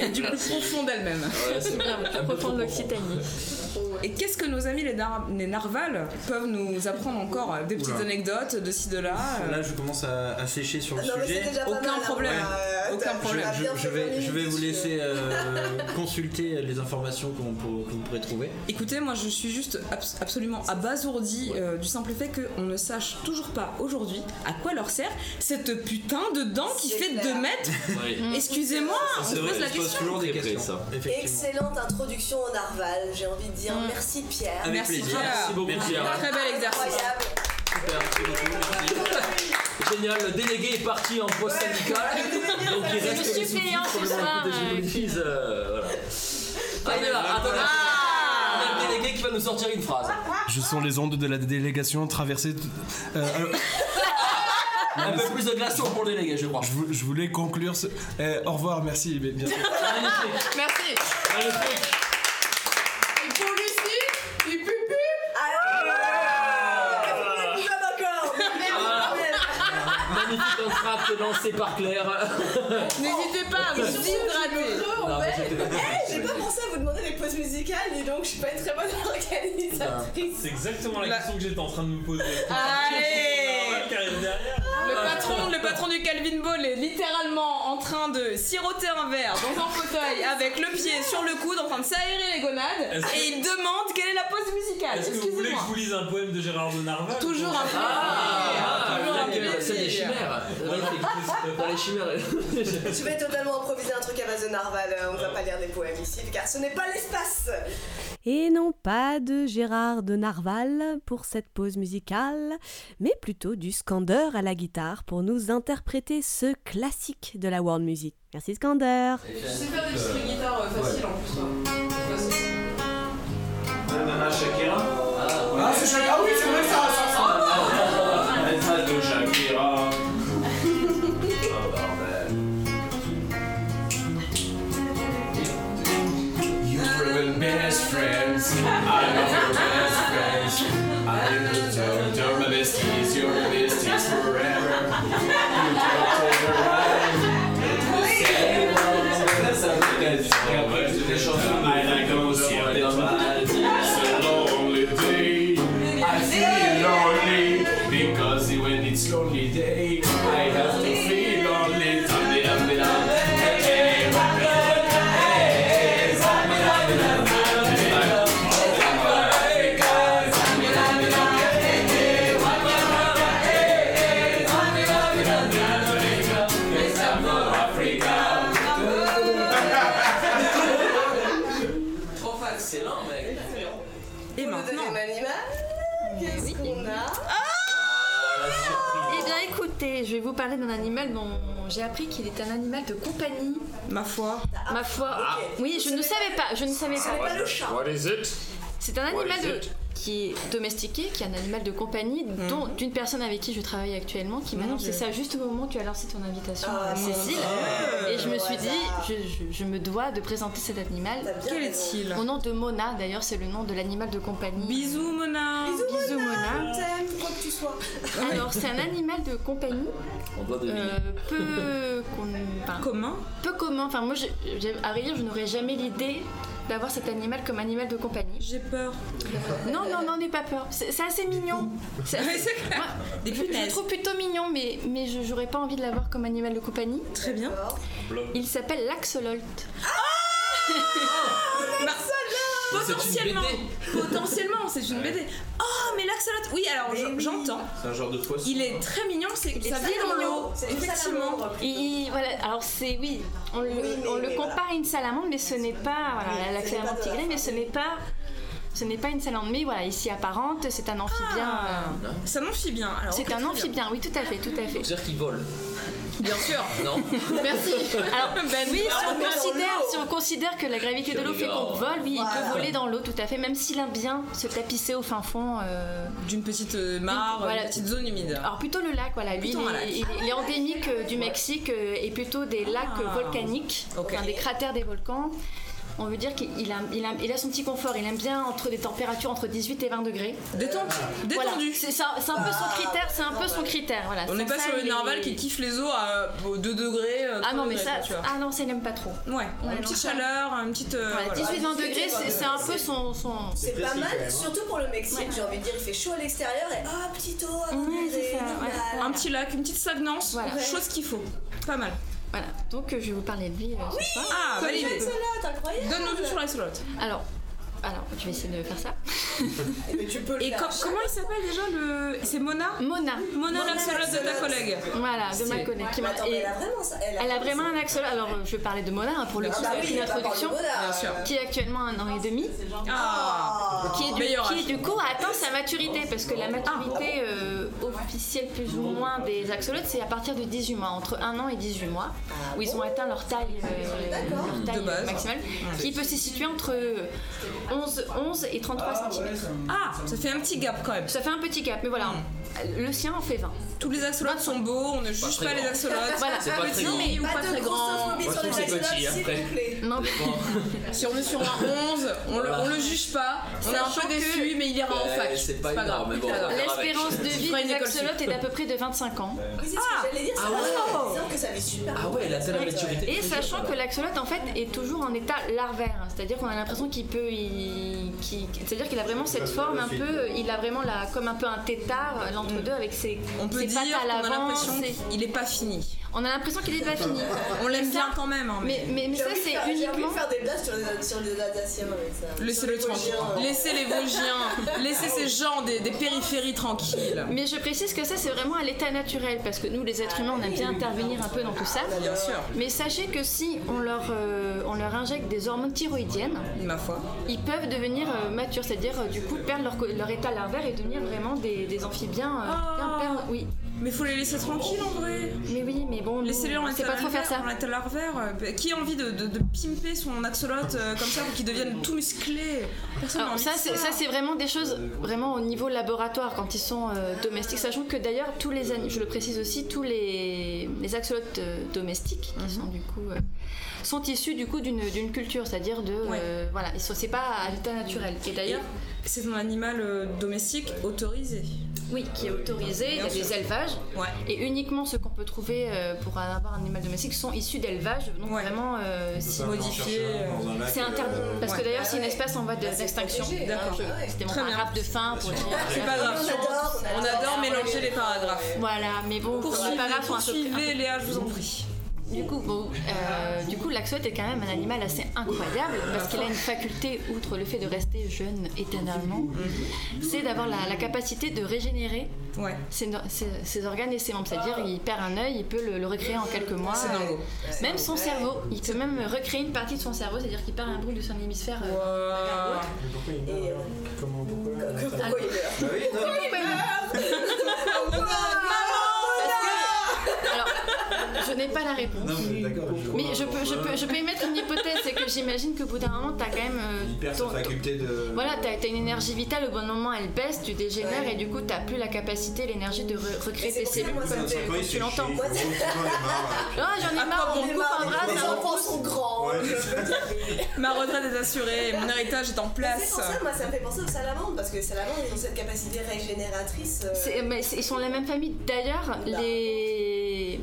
Et du plus profond d'elle-même. Ouais, c'est Bien, un plus peu profond trop de l'Occitanie. Et qu'est-ce que nos amis les, nar- les narvals peuvent nous apprendre encore Des petites Oula. anecdotes de ci, de là. euh, Là, je commence à, à sécher sur le Non, mais c'est sujet. déjà pas Aucun mal, hein. problème. Ouais, Aucun t'as- problème. t'as Je, bien je fait vais, comme je vais une vous petite- laisser euh, consulter les informations qu'on pour- que vous pourrez trouver. Écoutez, moi je suis juste abs- absolument abasourdi euh, du simple fait qu'on ne sache toujours pas aujourd'hui à quoi leur sert cette putain de dent qui C'est fait 2 clair. mètres. Mm. Excusez-moi, on se pose la question. toujours des Très près, questions. ça. Effectivement. Excellente introduction au narval, j'ai envie de dire merci Pierre. Avec Merci plaisir. Pierre. Merci beaucoup, Pierre. Mm. Très bel exercice. Incroyable. Super, merci beaucoup, merci. Génial, le délégué est parti en poste syndical. Donc il Je reste suis les payant ce sous-titres, soir, probablement, écoutez, je vous le dise, euh, voilà. Ah, Attendez là, attendez. On a le délégué qui va nous sortir une phrase. Je sens les ondes de la délégation traverser. t- Euh, alors, Un peu plus de glaçon pour le délégué, je crois. je, vou- je voulais conclure ce. Eh, au revoir, merci. mais bien- Magnifique. Merci. Magnifique. Et pour Lucie, il pupu Alors, vous êtes d'accord Mais Ah. oui, Magnifique entracte lancé par Claire. N'hésitez pas à vous hydrater. mais- Non, mais Eh, c'était- J'ai pas pensé à vous demander les pauses musicales, dis donc je suis pas une très bonne organisatrice. C'est exactement la Bah. La- question que j'étais en train de me poser. Allez Qui arrive derrière. Le patron, le patron du Calvin Ball est littéralement en train de siroter un verre dans un fauteuil avec le pied sur le coude en train de s'aérer les gonades Est-ce que- et il demande quelle est la pause Ah, musicale. Est-ce que vous voulez que Excusez-moi. je vous lise un poème de Gérard de Narval Toujours un plaisir. Ah, Toujours un c'est celle des plaisir. chimères. Magnifique. Dans les chimères. Je vais totalement improviser un truc à base de narval, euh, on va pas lire des poèmes ici, car ce n'est pas l'espace Et non pas de Gérard de Narval pour cette pause musicale, mais plutôt du Scander à la guitare pour nous interpréter ce classique de la world music. Merci Scander Je sais faire des string guitares Oh, euh, faciles en plus. hein. Nana Shakira. Ah, c'est chacun. Ah oui, c'est vrai que ça ça ressemble. Nana de Shakira. Oh bordel. You were the best friends. I was your best friends. I was your your besties, your besties forever. You don't turn around. It's the same old messages. Yeah, but the chansons, I like those, yeah, they're bad. It's a lonely day. I feel lonely because when it's lonely day, I have to feel lonely. Dum de dum de dum. Hey, hey, rock it, hey, hey, rock me, rock me, dum, dum, dum. Rock me, rock me, guys. Rock me, rock me, dum, dum. Hey, hey, rock me, rock me, hey, hey, rock me, rock me, dum, dum. It's time for Africa. Trop excellent, mec. Et Vous donnez maintenant, un animal. Qu'est-ce qu'on a Eh bien écoutez, je vais vous parler d'un animal dont j'ai appris qu'il est un animal de compagnie. ma foi, Ah, Ma foi, oui, je ne savais pas, je ne savais pas. Pas le chat. What is it? C'est un animal de- qui est domestiqué, qui est un animal de compagnie, dont d'une personne avec qui je travaille actuellement, qui m'a Mm. Mon annoncé Dieu. ça juste au moment où tu as lancé ton invitation, Ah, euh, mon Cécile. ah, Dieu. Et je me Au suis dit, hasard. je, je- je me dois de présenter cet animal. Quel est-il Au nom de Mona, d'ailleurs, c'est le nom de l'animal de compagnie. Bisous Mona Bisous Mona t'aime, quoi que tu sois. Alors, c'est un animal de compagnie On doit deviner. euh, peu commun peu commun enfin moi j'ai- j'ai- à vrai dire je n'aurais jamais l'idée d'avoir cet animal comme animal de compagnie j'ai peur non non non n'aie pas peur c'est c'est assez mignon c'est Ouais, c'est Moi, je, je le trouve plutôt mignon mais mais je j'aurais pas envie de l'avoir comme animal de compagnie très bien il s'appelle l'axololt Bah, c'est une potentiellement BD. Eh potentiellement c'est une Ouais. BD oh mais l'axolote oui alors je- j'entends C'est un genre de poisson. hein. il est très mignon c'est Il est ça très vit dans mignon. l'eau C'est une effectivement Il- il- voilà, alors c'est oui, on le, on le compare à une salamandre, mais ce n'est pas voilà, la- la salamandre tigrée, mais ce n'est pas ce n'est pas une salamandre, mais voilà, ici apparente, c'est un amphibien. Ah. euh, c'est un amphibien alors c'est un amphibien, oui, tout à fait, tout à fait. C'est-à-dire qu'il vole. Bien sûr. Non. Merci. Alors, Ben oui, non, si on, ben considère, non. si on considère que la gravité de l'eau fait qu'on Voilà. vole, oui, il Voilà. peut voler dans l'eau, tout à fait, même s'il aime bien se tapisser au fin fond. euh, d'une petite euh, mare Voilà. Ah. une petite zone humide Alors plutôt le lac, voilà. Lui, Plutôt un il, lac. est- il est- il est endémique euh, du Mexique euh, et plutôt des lacs euh, Ah. volcaniques, enfin, des cratères des volcans. On veut dire qu'il il a, il a- il a son petit confort, il aime bien entre des températures entre 18 et 20 degrés. Détendu, Ah. détendu. C'est ça, c'est un peu son critère, c'est un peu son critère. Voilà. on n'est Sans pas ça, sur le il est- narval qui kiffe les eaux à 2 degrés euh, Ah trois non, mais degrés, ça, quoi, tu vois. ah non, ça il n'aime pas trop. Ouais, Ouais, une non, petite ça- chaleur, une petite. euh, Voilà, voilà. 18-20 degrés, c'est c'est un peu son. son- C'est pas hein. mal, surtout pour le Mexique, j'ai envie de dire, il fait chaud à l'extérieur et ah, petit eau, à Mm, Ouais, c'est ça, ouais. Un petit lac, une petite stagnance, Voilà. chose qu'il faut. Pas mal. Voilà, donc euh, je vais vous parler de lui. euh, ce Oui soir. Ah, Comme validé. je peux. incroyable Donne-nous tout sur l'axolote. Alors, alors, je vais essayer de faire ça. Eh ben, Et com- comment il s'appelle déjà le. C'est Mona Mona. Mona l'axolote de ta collègue. Voilà, de ma C'est- collègue. qui m'a- Attends, mais et- elle a vraiment ça- elle a elle a vraiment vraiment un axolote. Alors, euh, je vais parler de Mona hein, pour le Ah coup, bah c'est oui, une on va parler de introduction. Mona, Bien sûr. Qui est actuellement un an et demi. Ah. Qui, est du, Meilleur qui âge. du coup a atteint sa maturité. Parce que Ah. la maturité euh, officielle, plus ou moins, des axolotes, c'est à partir de 18 mois, entre 1 an et 18 mois, Ah où ils ont atteint leur taille, euh, leur taille base. maximale, qui peut se situer entre 11, 11 et 33 cm. Ah, ça fait un petit gap quand même. Ça fait un petit gap, mais voilà. Mm. Le sien en fait 20. Tous les axolotes sont beaux, on ne juge très pas les grand. axolotes. Voilà. C'est pas Petits très grand. ou Pas pas de très grand. grossophobie Moi, je sur trouve les que c'est axolotes, petit, s'il après. vous plaît. Non, mais- Si on est sur un 11, on le, on le juge pas. On est un peu Sachant déçu, que- mais il ira en Eh, Euh, fac. c'est pas énorme, mais bon, on verra avec. L'espérance de Tu vie feras des une école sup. axolotes est d'à peu près de 25 ans. Oui, c'est ce que j'allais dire, c'est ah vrai, ouais. c'est vrai que ça vit super Ah ouais, elle a tellement Ouais. maturité. Et sachant que l'axolote en fait est toujours en état larvaire, c'est-à-dire qu'on a l'impression qu'il peut, il- qu'il- c'est-à-dire qu'il a vraiment cette forme un peu, il a vraiment la, comme un peu un tétard euh, l'entre-deux avec ses, Mm. On peut ses dire pattes à qu'on a l'avant. l'impression ses- qu'il est pas fini. On a l'impression qu'il est pas fini. On l'aime Ça- bien quand même. hein, Mais, mais, mais J'ai ça envie de c'est faire- J'ai envie uniquement. de faire des blagues sur les, sur les Alsaciens avec ça. Laissez-le Sur les tranquille. Vosgiens. Laissez les Vosgiens, laissez ces gens des, des périphéries tranquilles. Mais je précise que ça c'est vraiment à l'état naturel parce que nous les êtres humains on aime bien intervenir un peu dans tout ça. Ah, Bien sûr. Mais sachez que si on leur, euh, on leur injecte des hormones thyroïdiennes, Ma foi. ils peuvent devenir euh, matures, c'est-à-dire euh, du coup perdre leur, co- leur état larvaire et devenir vraiment des, des amphibiens. euh, bien perdre- oui. Mais faut les laisser tranquilles en vrai. Mais oui, mais bon, Laissez-les nous, en on sait pas trop faire ça. En état larvaire. euh, bah, Qui a envie de, de- de pimper son axolote euh, comme ça pour qu'il devienne tout musclé Personne n'a Alors, envie ça, de c'est, ça, c'est vraiment des choses vraiment au niveau laboratoire quand ils sont euh, domestiques. Sachant que d'ailleurs, tous les ani- je le précise aussi, tous les, les axolotes euh, domestiques qui sont du coup euh, sont issus du coup d'une, d'une culture, c'est-à-dire de Ouais. euh, voilà, ils sont, c'est pas à l'état naturel. Et d'ailleurs, C'est son animal euh, domestique autorisé. Oui, qui est autorisé, il y a Bien des sûr. élevages. Et uniquement ce qu'on peut trouver euh, pour avoir un animal domestique sont issus d'élevages, donc vraiment euh, si- pas aller en Modifiés, chercher un dans un lac, C'est interdit, euh, parce que ouais. d'ailleurs c'est une Ah ouais. espèce en voie de- Bah, c'est d'extinction. protégé, Hein, d'accord. je- Ah ouais. C'était mon Très bien. paragraphe de fin pour dire. euh, C'est pas grave. On adore, on adore mélanger les paragraphes. Voilà, mais bon, Poursuivez, les paragraphes sont un peu- poursuivez, Léa, je vous en prie. du coup, bon, euh, du coup, l'axolote est quand même un animal assez incroyable parce qu'il a une faculté, outre le fait de rester jeune éternellement, c'est d'avoir la, la capacité de régénérer ses, ses- ses organes et ses membres. C'est-à-dire, il perd un œil, il peut le, le recréer en quelques mois. C'est dingo. Euh, Même son cerveau, il peut même recréer une partie de son cerveau, c'est-à-dire qu'il perd un bout de son hémisphère. euh, vers l'autre. Mais pourquoi il meurt alors Comment pourquoi Ah, oui. Bah oui, non. Ah, Pourquoi il meurt Parce que- Alors, je n'ai pas la réponse. Mais je peux, je, peux, je peux émettre une hypothèse, c'est que j'imagine qu'au bout d'un moment, t'as quand même. euh, Il perd sa faculté de. voilà, t'as t'as une énergie vitale, au bon moment elle baisse, tu dégénères et du coup t'as plus la capacité, l'énergie de re- recréer tes cellules comme tu- comme tu l'entends. Non, j'en ai marre, on me coupe un bras, Les ça enfants sont grands. Ma retraite est assurée, mon héritage est en place. C'est pour ça, moi, ça me fait penser aux salamandres, parce que les salamandres, ils ont cette capacité régénératrice. euh, C'est- mais c'est- ils sont de la même famille. D'ailleurs, les,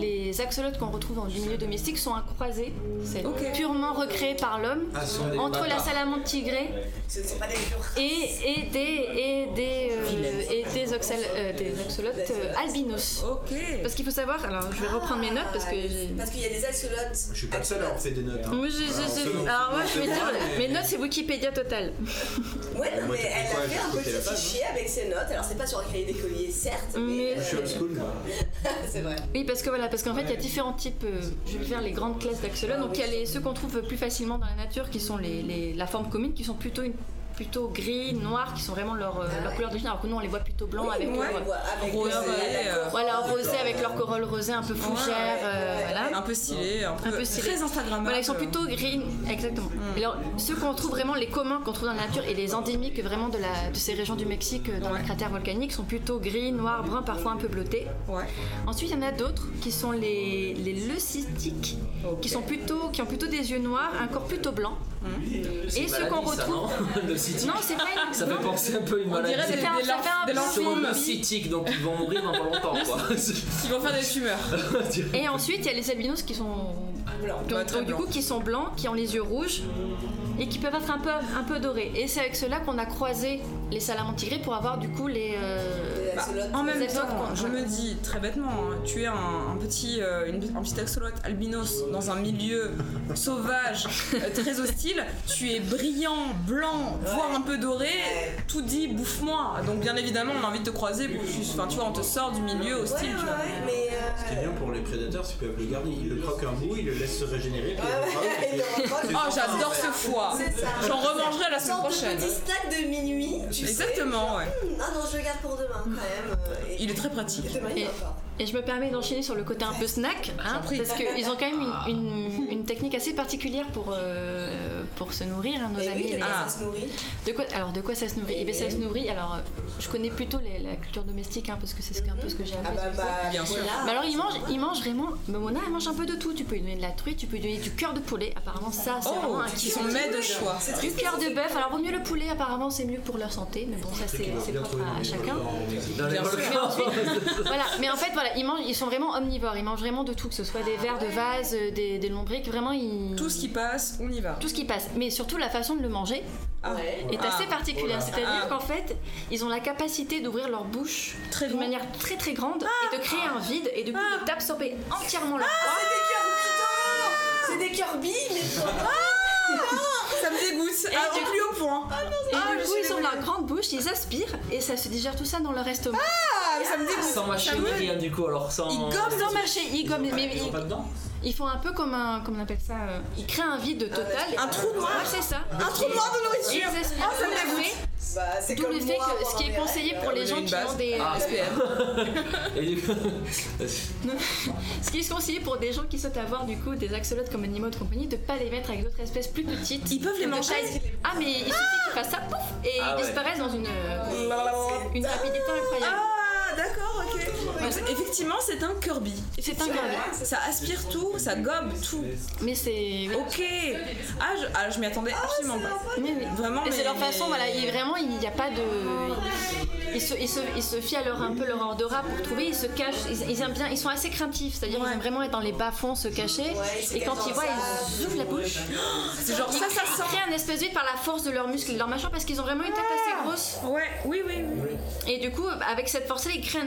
les axolotes qu'on retrouve dans du milieu domestique sont à croiser. C'est purement recréé par l'homme Ah, ce sont des entre la bâtards. salamandre tigrée et, et des, et des, euh, et des, oxal- euh, des axolotes euh, albinos. Parce qu'il faut savoir, alors je vais reprendre mes notes parce que j'ai. Parce qu'il y a des axolotes. Je suis pas le seul à avoir fait des notes. hein. Moi, j'ai- j'ai- Alors, j'ai- selon- alors moi je selon vais dire, moi, mes notes c'est Wikipédia total. Ouais, non, Moi, t'as mais fait elle quoi, a fait j'ai un copié la petit page, fichier avec ses notes. Alors, c'est pas sur un cahier d'écolier, certes, mais. euh, Je suis Mm. old school, moi. c'est vrai. Oui, parce que voilà, parce qu'en fait, il y a différents types. euh, je vais faire les grandes classes d'axolotes. Donc, il y a les, ceux qu'on trouve plus facilement dans la nature, qui sont les, les- la forme commune, qui sont plutôt une plutôt gris, noir, qui sont vraiment leur, euh, leur couleur d'origine, alors que nous on les voit plutôt blancs Oui, avec ouais, leur ouais, avec couleur, le- la- la- euh, voilà, rosée, avec leur corolle rosée un peu fougère, euh, voilà. Un peu stylé, un peu, très Instagrammable. Mm. Voilà, ils sont plutôt green, exactement. Et Alors, ceux qu'on trouve vraiment, les communs qu'on trouve dans la nature et les endémiques vraiment de, la, de ces régions du Mexique euh, dans les cratères volcaniques sont plutôt gris, noir, brun, parfois un peu bleuté. Ensuite, il y en a d'autres qui sont les, les leucistiques, qui, sont plutôt, qui ont plutôt des yeux noirs, un corps plutôt blanc. Mm. C'est Et une ceux qu'on maladie, ça, retrouve. non Le cytique. Non, c'est pas une- Ça fait non. penser un peu à une On maladie. dirait des- Ça fait un- des ça larves- fait un des larves Ils sont zombies. cytiques, donc ils vont mourir dans pas longtemps, quoi. Ils vont faire des fumeurs. Et ensuite, il y a les albinos qui sont qui ont- Bah, très donc, du blancs. coup qui sont blancs, qui ont les yeux rouges et qui peuvent être un peu un peu dorés. Et c'est avec cela qu'on a croisé les salamandres tigrés pour avoir du coup les euh, Bah, les en même axolotes temps, qu'on- je me dis très bêtement, hein, tuer un, un petit, euh, une- un petit axolote albinos dans un milieu sauvage, euh, très hostile, tu es brillant, blanc, voire un peu doré, tout dit bouffe-moi. Donc bien évidemment, on a envie de te croiser, pour- enfin tu vois, on te sort du milieu hostile. tu vois. euh, Ce qui est bien pour les prédateurs, c'est qu'ils peuvent le garder. Ils le croquent un bout, ils le laissent se régénérer. puis ils le croquent, et puis- Oh, j'adore ce foie. C'est ça. J'en remangerai la semaine Sorte de prochaine. petit snack de minuit. tu sais, Exactement, genre, ouais. hmm, Ah non, je le garde pour demain quand même. euh, et- Il est très pratique. Et, et je me permets d'enchaîner sur le côté un peu snack, hein, prie. parce qu'ils ont quand même une, une- une technique assez particulière pour, euh, pour se nourrir, hein, nos amis. Eh oui, Ah. de les- quoi ça se nourrit De quoi, alors de quoi ça se nourrit Eh bien ça se nourrit, alors euh, je connais plutôt les- la culture domestique hein, parce que c'est ce qu'un peu ce que j'ai appris. bah, sur ça. bah, Bien sûr. voilà. Mais alors ils mangent, ils mangent vraiment, bah, Mona elle mange un peu de tout, tu peux lui donner de la truite, tu peux lui donner du cœur de poulet, apparemment ça c'est Oh, vraiment un ils kiff. sont mets de choix. C'est Du triste, cœur de bœuf, alors vaut mieux le poulet apparemment c'est mieux pour leur santé, mais bon ça c'est c'est propre à, à chacun. Dans les volcans. voilà, mais en fait voilà, ils mangent, ils sont vraiment omnivores, ils mangent vraiment de tout, que ce soit des vers de vase, euh, des, des lombriques, vraiment ils... Ah Tout ce qui passe, on y va. Tout ce qui passe, mais surtout la façon de le manger est Ah. assez particulière. Ah. C'est-à-dire qu'en fait, ils ont la capacité d'ouvrir leur bouche d'une manière très très grande et Ah. de créer un vide et du coup de t'absorber entièrement leur Ah, c'est des cœurs bidons C'est des cœurs billes, mais Ça me dégoûte. Et Ah, du- au plus haut point. Et Ah, du je coup, suis ils ont dégoûtée. leur grande bouche, ils aspirent et ça se digère tout ça dans leur estomac. Ah, ça me dégoûte. Sans mâcher ni rien, du coup, alors sans. Ils gobent dans ma chaîne, ils gobent, ont pas- mais- ils ont mais- pas dedans. Ils font un peu comme un, comment on appelle ça, euh, ils créent un vide total. Un trou noir. Ouais, c'est ça. Un trou Et- noir de nourriture. et Ils aspirent Ah, ça tout me à dégoûte. fait. Bah, c'est D'où comme le moi, fait que ce pendant qui est mes conseillé règles. pour les J'ai gens une qui ont base. des euh, Ah. SPM. Et du coup. Ce qui est conseillé pour des gens qui souhaitent avoir du coup des axolotes comme animaux de compagnie, de pas les mettre avec d'autres espèces plus petites. Ils peuvent les de manger taille- Ah mais il suffit qu'ils fassent ça pouf et Ah ils ouais. disparaissent dans une Mmh, euh, une rapidité incroyable. Ah, d'accord, ok. Effectivement, c'est un Kirby. C'est un Kirby. Ça aspire tout, ça gobe tout. Mais c'est ok. Ah, je, ah, je m'y attendais absolument pas. Vraiment, Et mais- c'est leur façon, voilà, il, vraiment il n'y a pas de. Ils se, ils se, ils se fient à leur, un peu leur odorat pour trouver, ils se cachent, ils, ils aiment bien, ils sont assez craintifs, c'est-à-dire ils aiment vraiment être dans les bas-fonds, se cacher, ils se et quand cachent ils dans voient, le ils ouvrent la bouche. C'est genre ils ça, ça créent- sent. Ils créent un espèce vide par la force de leurs muscles, et de leur mâchoire, parce qu'ils ont vraiment une tête assez grosse. Ouais, oui, oui, oui. Et du coup, avec cette force-là, ils créent un.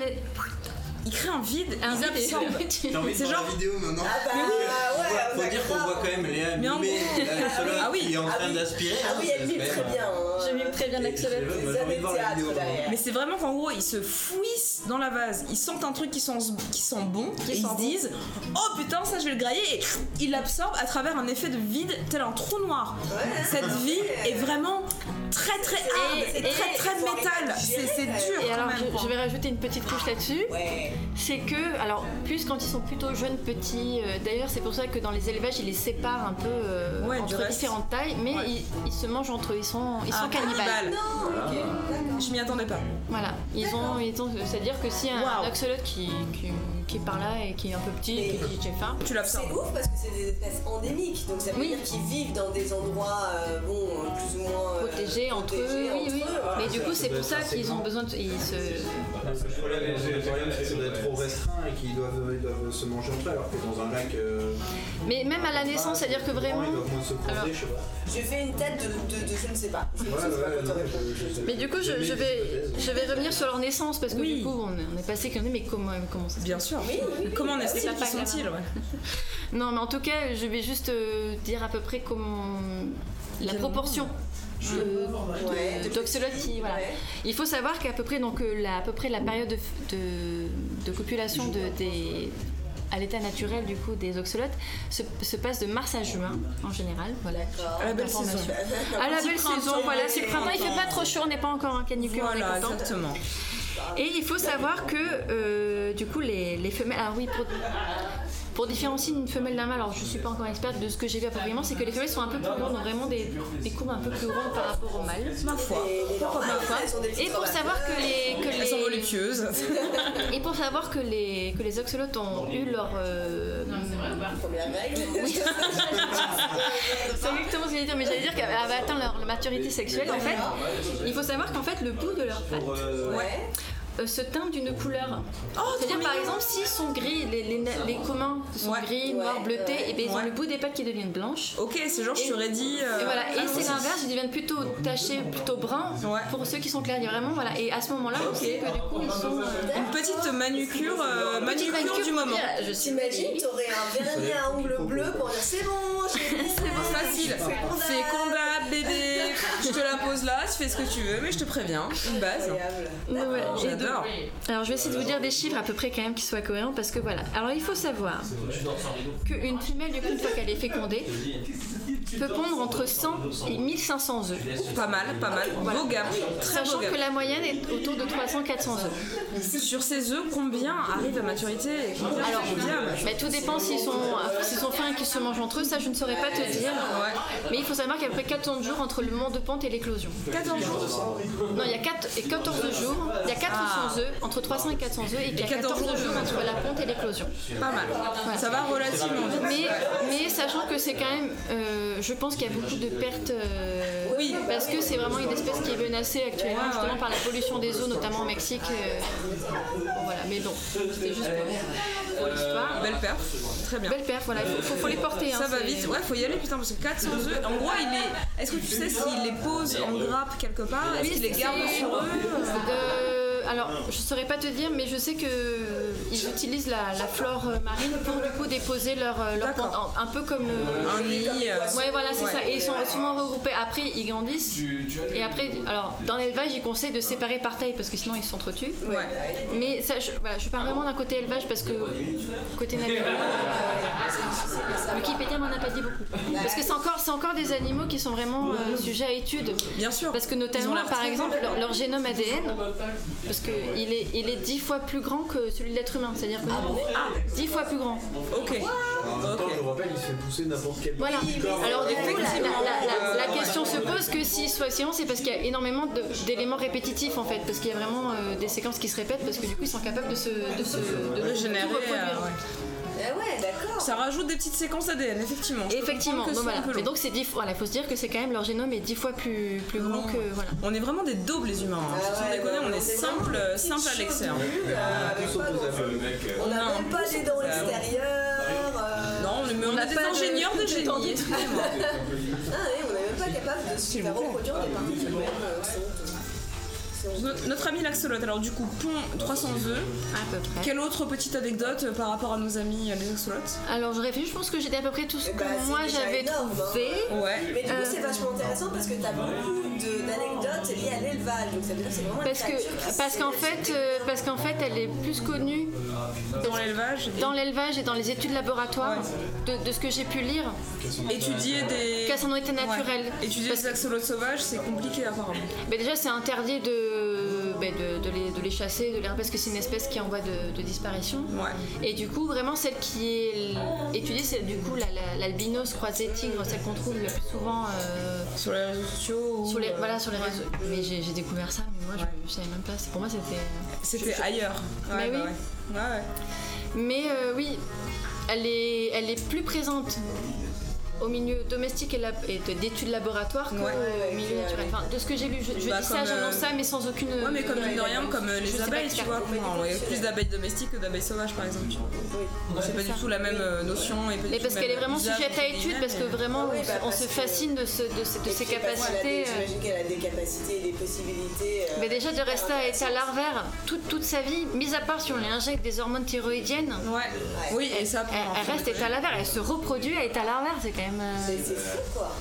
Ils créent un vide, un ils absorbent. T'as envie de C'est voir genre. la vidéo maintenant Ah bah, Parce que faut- ouais, on Faut a dire qu'on grave. voit quand même Léa Mais en mimer gros. l'axolote Ah oui. qui est en Ah train oui. d'aspirer. Ah oui, elle mime très bien. hein. Je mime très bien l'axolote. Axolotl, moi, euh, j'ai envie de voir la Théâtre, vidéo. derrière. Mais c'est vraiment qu'en gros, ils se fouissent dans la vase. Ils sentent un truc qui sent, qui sent bon. et ils se disent Oh putain, ça je vais le grailler. Et ils l'absorbent à travers un effet de vide, tel un trou noir. Cette vie est vraiment très très hard et, très très métal. C'est c'est dur Et quand alors, même. je- je, vais rajouter une petite couche là-dessus. C'est que, alors, plus quand ils sont plutôt jeunes, petits, euh, d'ailleurs, c'est pour ça que dans les élevages, ils les séparent un peu euh, Ouais, du entre reste. différentes tailles, mais ils, ils se mangent entre eux, ils sont, ils Ah, sont cannibales. cannibales. Non, ok. Je m'y attendais pas. Voilà, ils ont, ils ont- c'est-à-dire que si un axolote qui, qui, qui est par là et qui est un peu petit et qui dit j'ai faim, tu C'est ouf parce que c'est des espèces endémiques, donc ça veut dire qu'ils vivent dans des endroits, euh, bon, plus ou moins euh, protégés entre eux. protégés Oui, entre oui. eux, voilà. Mais du coup, c'est pour ça qu'ils ont besoin de. Ils se... Le problème, le problème, c'est que ça doit être trop restreint et qu'ils doivent, ils doivent se manger entre eux, alors que dans un lac. euh, Mais même à la naissance, c'est-à-dire que vraiment. Ils doivent moins se croiser, je sais pas. Je fais une tête de, de- de- je ne sais pas. Je ne Ouais, sais pas ouais, quoi te non, répondre. je- je sais Mais pas. du coup, je, Jamais je vais, d'hypothèse. je vais revenir sur leur naissance parce que du coup, on, est- on est passé qu'on est, mais comment, comment ça Bien sûr. Oui, oui, Ah oui. Comment on est-ce C'est qu'ils pas sont-ils, grave. Non, mais en tout cas, je vais juste euh, dire à peu près comment la proportion. euh, de- d'oxolotes qui voilà. Il faut savoir qu'à peu près donc euh, la, à peu près la période de, f- de, de copulation de, des à l'état naturel du coup des oxolotes se, se passe de mars à juin en général voilà À Ah, la belle Information. saison. à la Petit belle printemps, saison voilà c'est le allez, printemps il fait printemps. pas trop chaud on n'est pas encore en canicule on est Voilà, content. exactement. Et il faut savoir que euh, du coup les, les femelles. Alors oui, pour, pour différencier une femelle d'un mâle, alors je suis pas encore experte de ce que j'ai vu apparemment, c'est que les femelles sont un peu plus grandes, ont vraiment des, des courbes un peu plus grandes par rapport au mâle. Ma foi. Pourquoi pas, ma foi. Et pour savoir que les. Que Elles les... sont voluptueuses. Et pour savoir que les, que les oxolotes ont eu leur. euh, Oui. C'est exactement ce que j'allais dire, mais j'allais dire qu'elle avait atteint leur maturité sexuelle. En fait, il faut savoir qu'en fait, le bout de leurs pattes euh, se teint d'une couleur. Oh, C'est-à-dire, par exemple, s'ils sont gris, les, les, les communs sont gris, noirs, bleutés, et bien ils ont le bout des pattes qui deviennent blanches. Ok, c'est genre, je t'aurais dit. euh, Et voilà, ah, et c'est oui. l'inverse, ils deviennent plutôt tachés, plutôt bruns pour ceux qui sont clairs. Il y a vraiment, voilà. Et à ce moment-là, on sait que du coup, ils sont. euh, Une petite manucure, euh, Petite manucure, manucure du pour moment. dire, je suis T'imagines, t'aurais un vernis à ongles bleus pour dire c'est bon, j'ai C'est bon, facile. C'est combat, bébé. Je te la pose là, tu fais ce que tu veux, mais je te préviens. Une base. Ouais, ouais. Et Oh, J'adore. donc- Alors je vais essayer de vous dire des chiffres à peu près quand même qui soient cohérents parce que voilà. Alors il faut savoir Tu dors sans rideau. qu'une femelle du coup une fois qu'elle est fécondée peut pondre entre 100 et 1500 œufs. Pas mal, pas mal. Beau gamme. Très beau Sachant gamme. que la moyenne est autour de 300-400 œufs. Sur ces œufs, combien arrivent à maturité et combien Alors, sont viables bah, tout dépend s'ils sont, s'ils sont fins et qu'ils se mangent entre eux, ça je ne saurais pas te dire. Mais il faut savoir qu'à peu près 14 jours entre le moment de pente et l'éclosion. 14 jours. Non, il y a 4, et 14 jours, il y a 400 œufs, entre 300 et 400 œufs, et il y a Et 14 14 jours jours. entre la ponte et l'éclosion. Pas mal. Ça va relativement vite. Mais, mais sachant que c'est quand même, euh, je pense qu'il y a beaucoup de pertes, euh, parce que c'est vraiment une espèce qui est menacée actuellement Ouais, ouais. justement par la pollution des eaux, notamment au Mexique. euh, bon, voilà, mais bon, c'était juste pour, pour l'histoire. Belle perf, très bien. Belle perf, voilà, il faut, faut- faut les porter. Ça hein, va c'est- vite, ouais, faut y aller, putain, parce que 400 œufs, en gros, il est. Est-ce que tu sais s'il les pose en grappe quelque part Est-ce Oui, qu'il les c'est- garde sur eux Euh, alors, je saurais pas te dire, mais je sais que euh, ils utilisent la, la flore euh, marine pour du coup déposer leur, euh, leur ponte, en- un peu comme euh, Un nid, euh, Ouais, voilà, c'est ouais. ça. Et ils sont souvent regroupés. Après, ils grandissent. Et après, alors dans l'élevage, ils conseillent de séparer par taille parce que sinon ils s'entretuent. Ouais. Mais ça, je, voilà, je parle vraiment d'un côté élevage parce que côté naturel. euh, Wikipédia m'en a pas dit beaucoup. Parce que c'est encore, c'est encore des animaux qui sont vraiment euh, sujets à étude. Bien sûr. Parce que Ils ont notamment, l'air par très exemple, bons. leur, leur génome ADN, parce que il est, il est 10 fois plus grand que celui de l'être humain. C'est-à-dire Ah que nous, on est 10 fois plus grand. Ok. En même temps, je vous rappelle, il se fait pousser n'importe quel Voilà. petit corps. Alors du coup, la, la- la- la- la question se pose que s'ils soient silencieux, c'est parce qu'il y a énormément de- d'éléments répétitifs en fait, parce qu'il y a vraiment euh, des séquences qui se répètent, parce que du coup, ils sont capables de se, de se- de Régénérer. tout reproduire. euh, ouais. Eh Ça rajoute des petites séquences ADN, effectivement. Je peux Effectivement. Donc comprendre que ce soit voilà. un peu Mais long. donc c'est dix fois. Voilà, faut se dire que c'est quand même leur génome est 10 fois plus plus grand que voilà. On est vraiment des daubes les humains. hein. Ah Sans déconner, on est simple, simple à l'extérieur. On n'a Non, même pas les dents euh, extérieures. euh, Non, mais on n'a est des pas de- ingénieurs de Ah génie. ouais, on n'est même pas capable de se faire reproduire des parties humaines. euh, sont- Notre- Notre ami l'axolote, alors du coup, pond 300 œufs. À peu près. Quelle autre petite anecdote euh, par rapport à nos amis euh, les axolotes Alors je réfléchis, je pense que j'étais à peu près tout ce que Bah, c'est moi déjà j'avais énorme, hein. trouvé. Ouais. Mais du coup, Euh, c'est vachement intéressant parce que t'as beaucoup de- d'anecdotes liées à l'élevage. Donc ça veut dire que c'est vraiment une Parce créature qui que parce se- qu'en fait euh, parce qu'en fait elle est plus connue dans l'élevage dans l'élevage et dans les études laboratoires de, de ce que j'ai pu lire Étudier des. qu'elles en ont été naturelles Ouais. Étudier des axolotes sauvages, c'est compliqué apparemment. Mais déjà, c'est interdit de, ben, de, de les, de les chasser, de les parce que c'est une espèce qui est en voie de, de disparition. Et du coup, vraiment, celle qui est l- étudiée, c'est du coup la- la- l'albinos croisée tigre, celle qu'on trouve le plus souvent. euh, sur les réseaux sociaux euh, sur les, Voilà, sur les réseaux. Mais j'ai j'ai découvert ça, mais moi, je, je savais même pas. C'est- Pour moi, c'était. C'était ailleurs. Ouais, Mais bah oui. ouais. Ouais, ouais. Mais euh, oui, elle est, elle est plus présente au milieu domestique et, lab- et de- d'études laboratoires qu'au milieu naturel. Enfin, de ce que j'ai lu, je, je Bah, dis ça, comme, j'annonce euh, ça, mais sans aucune. Ouais, mais comme mine de rien, je comme euh, sais les pas abeilles, tu clair. vois. enfin, Il y a plus d'abeilles domestiques que d'abeilles sauvages, par exemple. Donc, c'est pas du tout la même euh, notion. Et pas du Mais tout parce le qu'elle est même euh, vraiment usage sujette à des étude, animaux, parce que mais- vraiment, Ah oui, on se- bah, on parce se fascine de, ce- de, ce- de ses bah, Je sais pas si elle a capacités. des- euh, J'imagine qu'elle a des capacités et des possibilités. euh, Mais déjà de rester à état larvaire toute, toute sa vie, mis à part si on lui injecte des hormones thyroïdiennes. Ouais. Oui, et ça. Elle, elle reste état larvaire, elle se reproduit à état larvaire, c'est quand même. euh, quoi.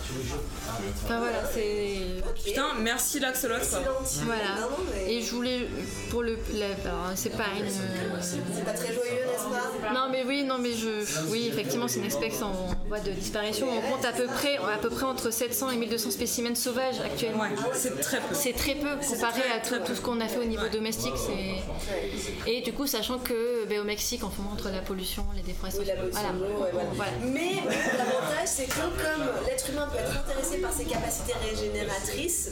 Enfin voilà, c'est. Putain, merci l'axolot. quoi. Voilà. Et je voulais pour le, la- alors, c'est pas une. C'est pas très joyeux, n'est-ce pas Non mais oui, non mais je, oui effectivement c'est une espèce en voie de disparition. On compte à peu près, à peu près entre 700 et 1200 spécimens sauvages actuellement. c'est très peu. C'est très peu comparé à tout, tout ce qu'on a fait au niveau domestique. C'est et du coup sachant que ben, au Mexique en ce moment, entre la pollution, les déforestations, voilà. Voilà. Mais l'avantage, c'est que comme l'être humain peut être intéressé par ses capacités régénératrices,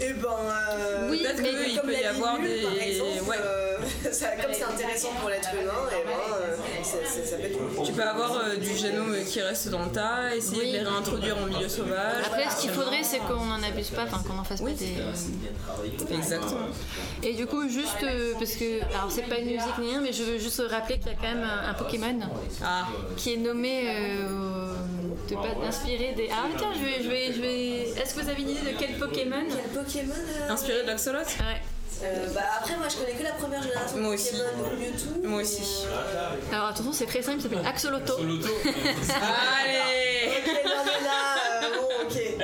et ben. euh, Oui, peut-être mais que il comme peut y la avoir pilule, des- Par exemple, ouais. euh, ça- comme c'est intéressant pour l'être humain, et ben, euh, ça, ça- ça peut être. Tu peux avoir euh, du génome qui reste dans le tas, essayer de les réintroduire en milieu sauvage. Après, ce qu'il faudrait, c'est qu'on n'en abuse pas, enfin qu'on n'en fasse pas des. Exactement. Et du coup, juste euh, parce que. Alors, c'est pas une musique ni rien, mais je veux juste rappeler qu'il y a quand même un, un Pokémon qui est nommé. euh, de pas inspiré des. Ah, tiens, je vais. Je vais, je vais... Est-ce que vous avez une idée de quel Pokémon Quel Pokémon euh, Inspiré de l'axolot Ouais. euh, bah après, moi je connais que la première génération Moi de aussi. Pokémon, donc Mewtwo. Moi aussi. Alors, attention, c'est très simple, il s'appelle Axoloto. Allez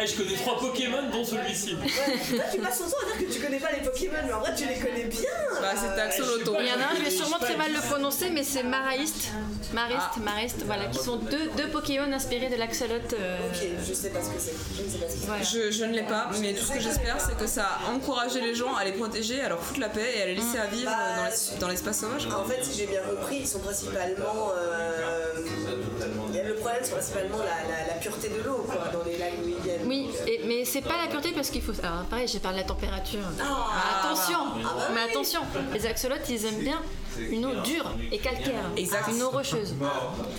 Eh, je connais trois Pokémon, dont celui-ci. euh, Ouais, Toi, tu passes ton temps à dire que tu connais pas les Pokémon, mais en vrai, tu les connais bien. Bah, c'est Axoloto. Il y en a un, je vais sûrement très mal le prononcer, mais c'est Maraist. Marist, Marist, voilà, qui sont deux, deux Pokémon inspirés de euh, l'axolote. Ok, je sais pas ce que c'est. Je ne sais pas ce que c'est. Je, je ne l'ai pas, mais tout ce que j'espère, c'est que ça a encouragé les gens à les protéger, à leur foutre la paix et à les laisser à vivre euh, dans l'es- dans l'espace sauvage. Ah, En fait, si j'ai bien compris, ils sont principalement. euh, le problème, c'est principalement la, la- la pureté de l'eau, quoi, dans les lacs où ils viennent. Oui, et- mais c'est pas la pureté parce qu'il faut. Alors pareil, j'ai parlé de la température. Ah. attention, Ah bah mais oui. attention, les axolotes ils aiment bien une eau dure et calcaire, Exact. une eau rocheuse.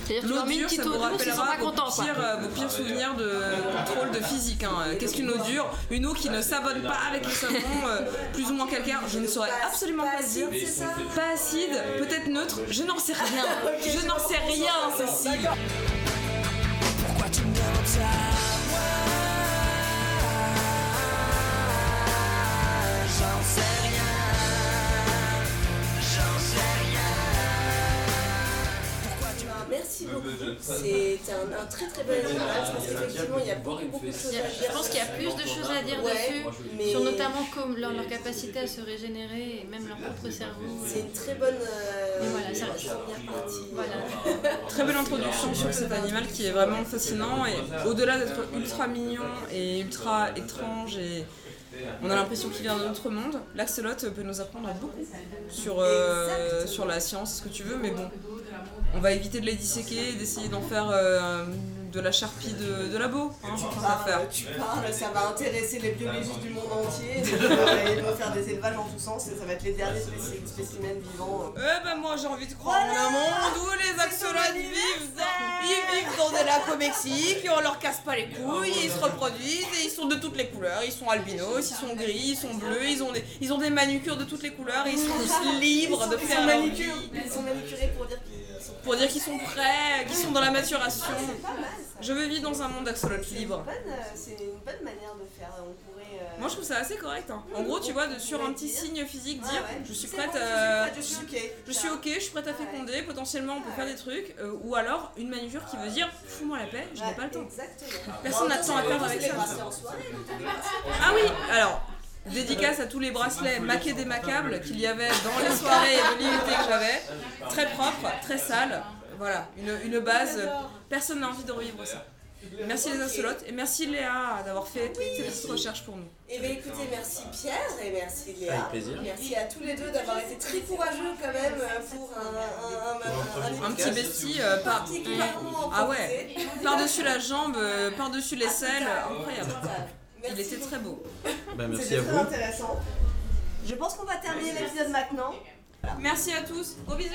C'est-à-dire que tu L'eau leur mets une dure, petite ça vous eau douce, ils sont rappellera pas vos contents. quoi. pires, euh, vos pires souvenirs de contrôle de physique. hein. Qu'est-ce qu'une eau dure Une eau qui ne savonne pas avec le savon, euh, plus ou moins calcaire, je ne saurais absolument pas dire. Pas acide, peut-être neutre, je n'en sais rien. Je n'en sais rien, Cécile. Pourquoi tu me regardes comme ça J'en sais rien. J'en sais Merci beaucoup. C'est un, un très très bel éclairage parce qu'effectivement, il y a beaucoup beaucoup de choses à dire. Je pense qu'il y a plus de choses à dire Ouais, dessus, mais- sur notamment comme leur, leur capacité à se régénérer et même leur propre cerveau. C'est une très bonne. euh, Et voilà, ça- première partie. Très belle introduction sur cet animal qui est vraiment fascinant et au-delà d'être ultra mignon et ultra étrange et on a l'impression qu'il vient d'un autre monde, l'axolote peut nous apprendre beaucoup sur, euh, sur la science, ce que tu veux, mais bon, on va éviter de les disséquer et d'essayer d'en faire euh, de la charpie de, de labo. hein, Tu tant qu'à parles, faire. tu parles, ça va intéresser les biologistes du monde entier. euh, Ils vont faire des élevages en tous sens et ça va être les derniers spéci- spécimens vivants. Eh ben moi j'ai envie de croire en un monde où les axolotes vivent dans, ils vivent dans des lacs au Mexique et on leur casse pas les couilles et ils se reproduisent et ils sont de toutes les couleurs. Ils sont albinos, ils sont gris, ils sont bleus, ils ont des, ils ont des manucures de toutes les couleurs et ils sont libres de Ils sont faire leur vie. manucurés- Ils sont manucurés pour dire qu'ils sont. Pour dire qu'ils sont prêts, qu'ils sont dans la maturation. Je veux vivre dans un monde axolote libre. Bonne, euh, C'est une bonne manière de faire. On pourrait. euh, Moi, je trouve ça assez correct. hein. En gros, tu vois, de, sur un petit signe physique, dire Ouais, ouais. je suis C'est prête euh, bon, à. je suis prête, je suis ok. Je suis ok, je suis prête à féconder, potentiellement on peut faire des trucs, euh, ou alors une manigure qui veut dire fous-moi la paix, je n'ai pas le temps. Personne n'a de temps à perdre avec ça. Ah oui, alors, dédicace à tous les bracelets maqués démaquables qu'il y avait dans les soirées de l'IUT que j'avais. Très propre, très sale. Voilà, une, une base. Personne n'a envie de revivre ça. Merci les Insolotes et merci Léa d'avoir fait ces petites recherches pour nous. Eh bien écoutez, merci Pierre et merci Léa. Avec plaisir. Merci à tous les deux d'avoir été très courageux quand même euh, pour un, un- un- un- Un petit bestie euh, par... Petit clairement Ah ouais, par-dessus la jambe, euh, par-dessus l'aisselle, incroyable. Il était très beau. Bah, merci C'était à très vous. intéressant. Je pense qu'on va terminer l'épisode maintenant. Merci à tous, gros bisous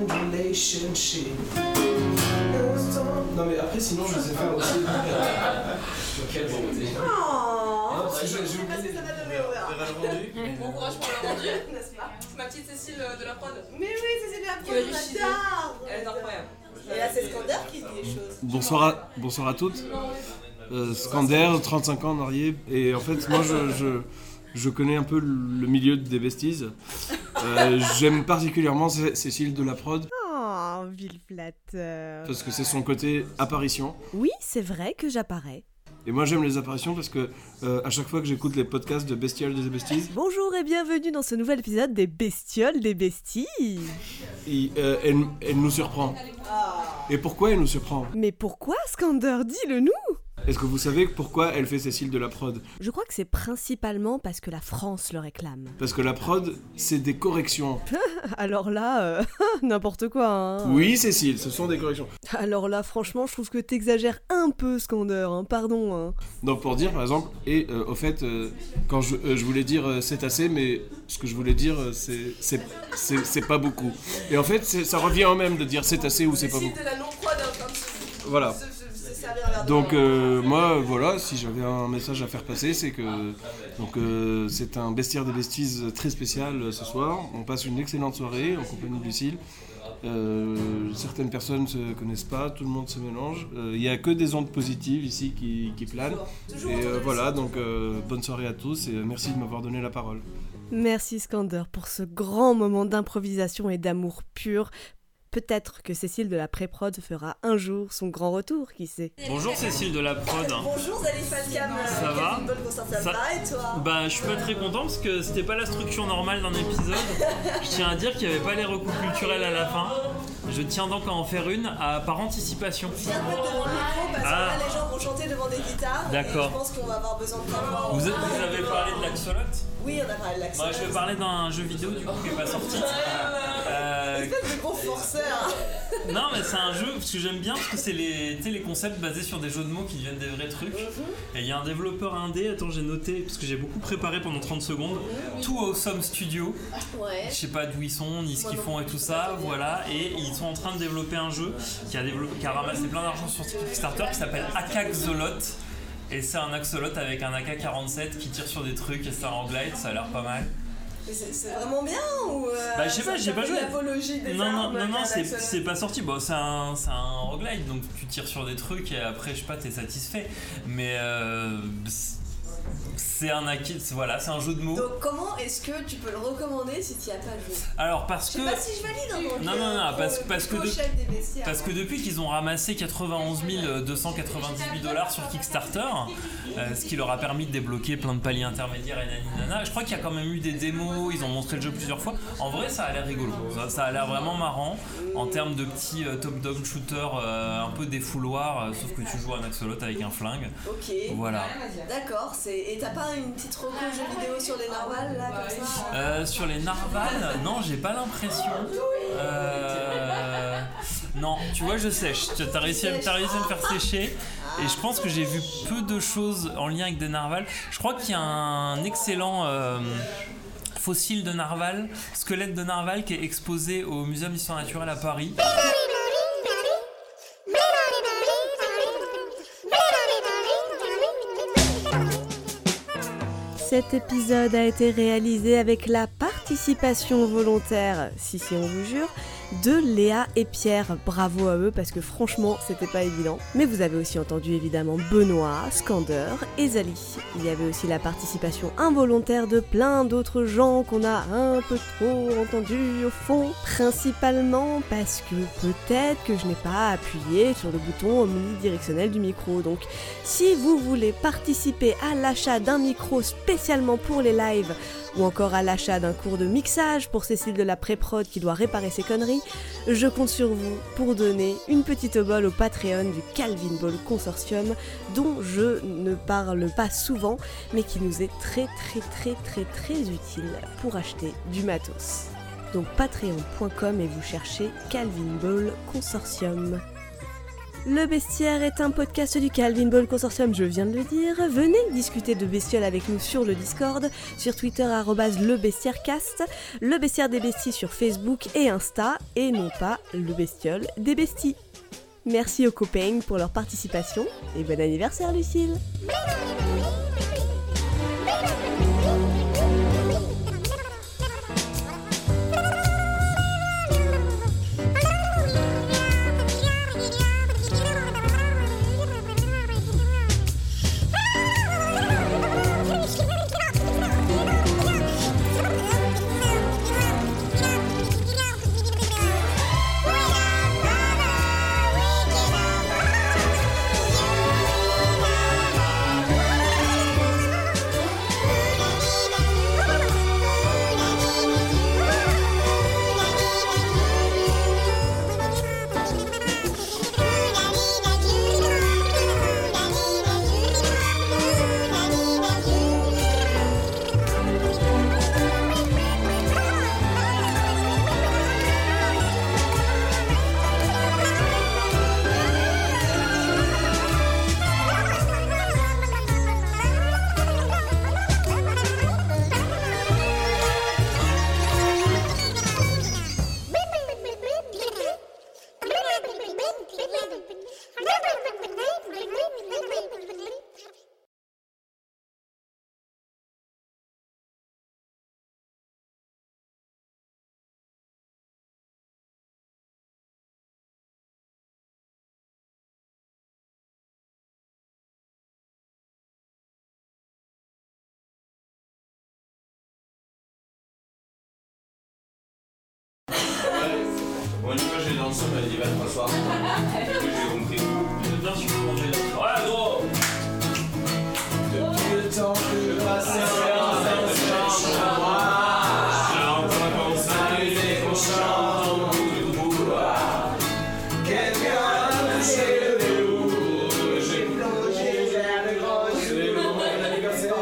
Relationship. Non mais après sinon je sais faire aussi. Quelle beauté. Oh, Ah, si, je- je sais pas ce que ça va donner, on verra. Bon courage pour le rendu. N'est-ce pas Ma petite Cécile euh, de la prod. Mais oui, c'est de la Qui a prod, réussi. j'adore Elle est incroyable. Et là, c'est Scander qui dit les choses. Bonsoir à, bonsoir à toutes. Euh, Scander, 35 ans, marié. Et en fait, moi, je, je, je connais un peu le milieu des besties. Euh, J'aime particulièrement Cé- Cécile de la prod Oh, ville flatteur. parce que c'est son côté apparition. Oui, c'est vrai que j'apparais. Et moi, j'aime les apparitions parce que euh, à chaque fois que j'écoute les podcasts de Bestial des Besties, Bonjour et bienvenue dans ce nouvel épisode des Bestioles des Besties. il- euh, elle, elle nous surprend. Et pourquoi elle nous surprend Mais pourquoi Scander Dis-le nous Est-ce que vous savez pourquoi elle fait Cécile de la prod Je crois que c'est principalement parce que la France le réclame. Parce que la prod, c'est des corrections. Alors là, euh, n'importe quoi. hein. Oui, Cécile, ce sont des corrections. Alors là, franchement, je trouve que t'exagères un peu, Scander. hein, Pardon. hein. Donc pour dire par exemple, et euh, au fait, euh, quand je, euh, je voulais dire euh, c'est assez, mais ce que je voulais dire euh, c'est- c'est c'est- c'est pas beaucoup. Et en fait, c'est- ça revient au même de dire c'est assez ou c'est pas beaucoup. de la non-prod en train de se- Voilà. se- se- se servir vers Donc nous. euh, moi, euh, voilà, si j'avais un message à faire passer, c'est que donc euh, c'est un bestiaire des besties très spécial euh, ce soir. On passe une excellente soirée en compagnie de Lucille. Euh, certaines personnes se connaissent pas, tout le monde se mélange. Euh, Il y a que des ondes positives ici qui, qui planent. Et euh, voilà, donc euh, bonne soirée à tous et euh, merci de m'avoir donné la parole. Merci Scander pour ce grand moment d'improvisation et d'amour pur. Peut-être que Cécile de la pré-prod fera un jour son grand retour, qui sait. Bonjour Cécile de la prod. Bonjour Zalif Alcam, Ça euh, va Kevin Ball, comment ça Ça- va et toi Bah, je suis pas très content parce que c'était pas la structure normale d'un épisode. Je tiens à dire qu'il n'y avait pas les recours culturels à la fin. Je tiens donc à en faire une à- par anticipation. Viens te mettre devant le micro parce Ah. que là les gens vont chanter devant des guitares. et D'accord. Je pense qu'on va avoir besoin de toi. Vous, êtes- vous avez parlé de l'axolote Oui, on a parlé de l'accent. Moi, je vais parler d'un jeu vidéo du coup qui n'est pas sorti. Euh, Espèce de gros forceur. Non, mais c'est un jeu parce que j'aime bien parce que c'est les, tu sais, les concepts basés sur des jeux de mots qui deviennent des vrais trucs. Et il y a un développeur indé, attends, j'ai noté parce que j'ai beaucoup préparé pendant 30 secondes. Tout Awesome Studio. Ouais. Je sais pas d'où ils sont, ni ce qu'ils font et tout ça, voilà. Et ils sont en train de développer un jeu qui a, développé, qui a ramassé plein d'argent sur Kickstarter qui s'appelle Akaxolot. Et c'est un axolot avec un AK-47 qui tire sur des trucs et c'est un roguelite, ça a l'air pas mal. Mais c'est c'est vraiment bien ou. euh, Bah, je sais ça pas, j'ai pas fait joué. L'apologie des Non, non, armes, non, non, la c'est Laxolotte. c'est pas sorti. Bon, c'est un, c'est un roguelite, donc tu tires sur des trucs et après, je sais pas, t'es satisfait. Mais euh, c'est un acquis, c'est- voilà, c'est un jeu de mots. Donc, comment est-ce que tu peux le recommander si tu n'y as pas joué Alors, parce Je que. sais pas si je valide hein, donc, Non, non, non, euh, parce- pour- parce que pour de- chef des bestiaires. Parce que depuis qu'ils ont ramassé 91 298 dollars sur Kickstarter, euh, ce qui leur a permis de débloquer plein de paliers intermédiaires et nani nana, je crois qu'il y a quand même eu des démos, ils ont montré le jeu plusieurs fois. En vrai, ça a l'air rigolo, ça, ça a l'air vraiment marrant en termes de petits euh, top-down shooter euh, un peu défouloir, euh, sauf que tu joues un axolot avec un flingue. Ok. Voilà. D'accord, c'est... et t'as pas une petite reco jeu vidéo sur les narwals là comme ça Euh, sur les narvals, non, j'ai pas l'impression. Euh, Non, tu vois, je sèche. Tu- T'as réussi, à- t'as réussi à me faire sécher. Et je pense que j'ai vu peu de choses en lien avec des narvals. Je crois qu'il y a un excellent euh, fossile de narval, squelette de narval qui est exposé au Muséum d'histoire naturelle à Paris. Cet épisode a été réalisé avec la participation volontaire, si si on vous jure, de Léa et Pierre. Bravo à eux parce que franchement, c'était pas évident. Mais vous avez aussi entendu évidemment Benoît, Scander et Zali. Il y avait aussi la participation involontaire de plein d'autres gens qu'on a un peu trop entendu au fond, principalement parce que peut-être que je n'ai pas appuyé sur le bouton omnidirectionnel du micro. Donc si vous voulez participer à l'achat d'un micro spécialement pour les lives ou encore à l'achat d'un cours de mixage pour Cécile de la pré-prod qui doit réparer ses conneries, je compte sur vous pour donner une petite obole au Patreon du Calvin Ball Consortium dont je ne parle pas souvent mais qui nous est très très très très très utile pour acheter du matos. Donc patreon.com et vous cherchez Calvin Ball Consortium. Le Bestiaire est un podcast du Calvin Ball Consortium, je viens de le dire. Venez discuter de bestioles avec nous sur le Discord, sur Twitter arrobase le bestiairecast, le bestiaire des besties sur Facebook et Insta, et non pas le bestiole des besties. Merci aux copains pour leur participation, et bon anniversaire Lucille Bon, une fois, j'ai dansé, on m'a dit, va te rasseoir. Du coup, j'ai compris. Ouais, gros Depuis le temps que je passe dans cette chambre à moi, j'entends qu'on s'amuse et qu'on chante au bout du bouloir. Quelqu'un a touché le velours, j'ai plongé vers le grand jour.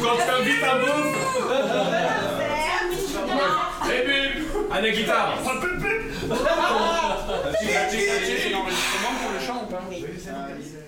Quand tu invites à bouffe Et bim À la guitare Tu as enregistrement pour le chant ou pas Oui, c'est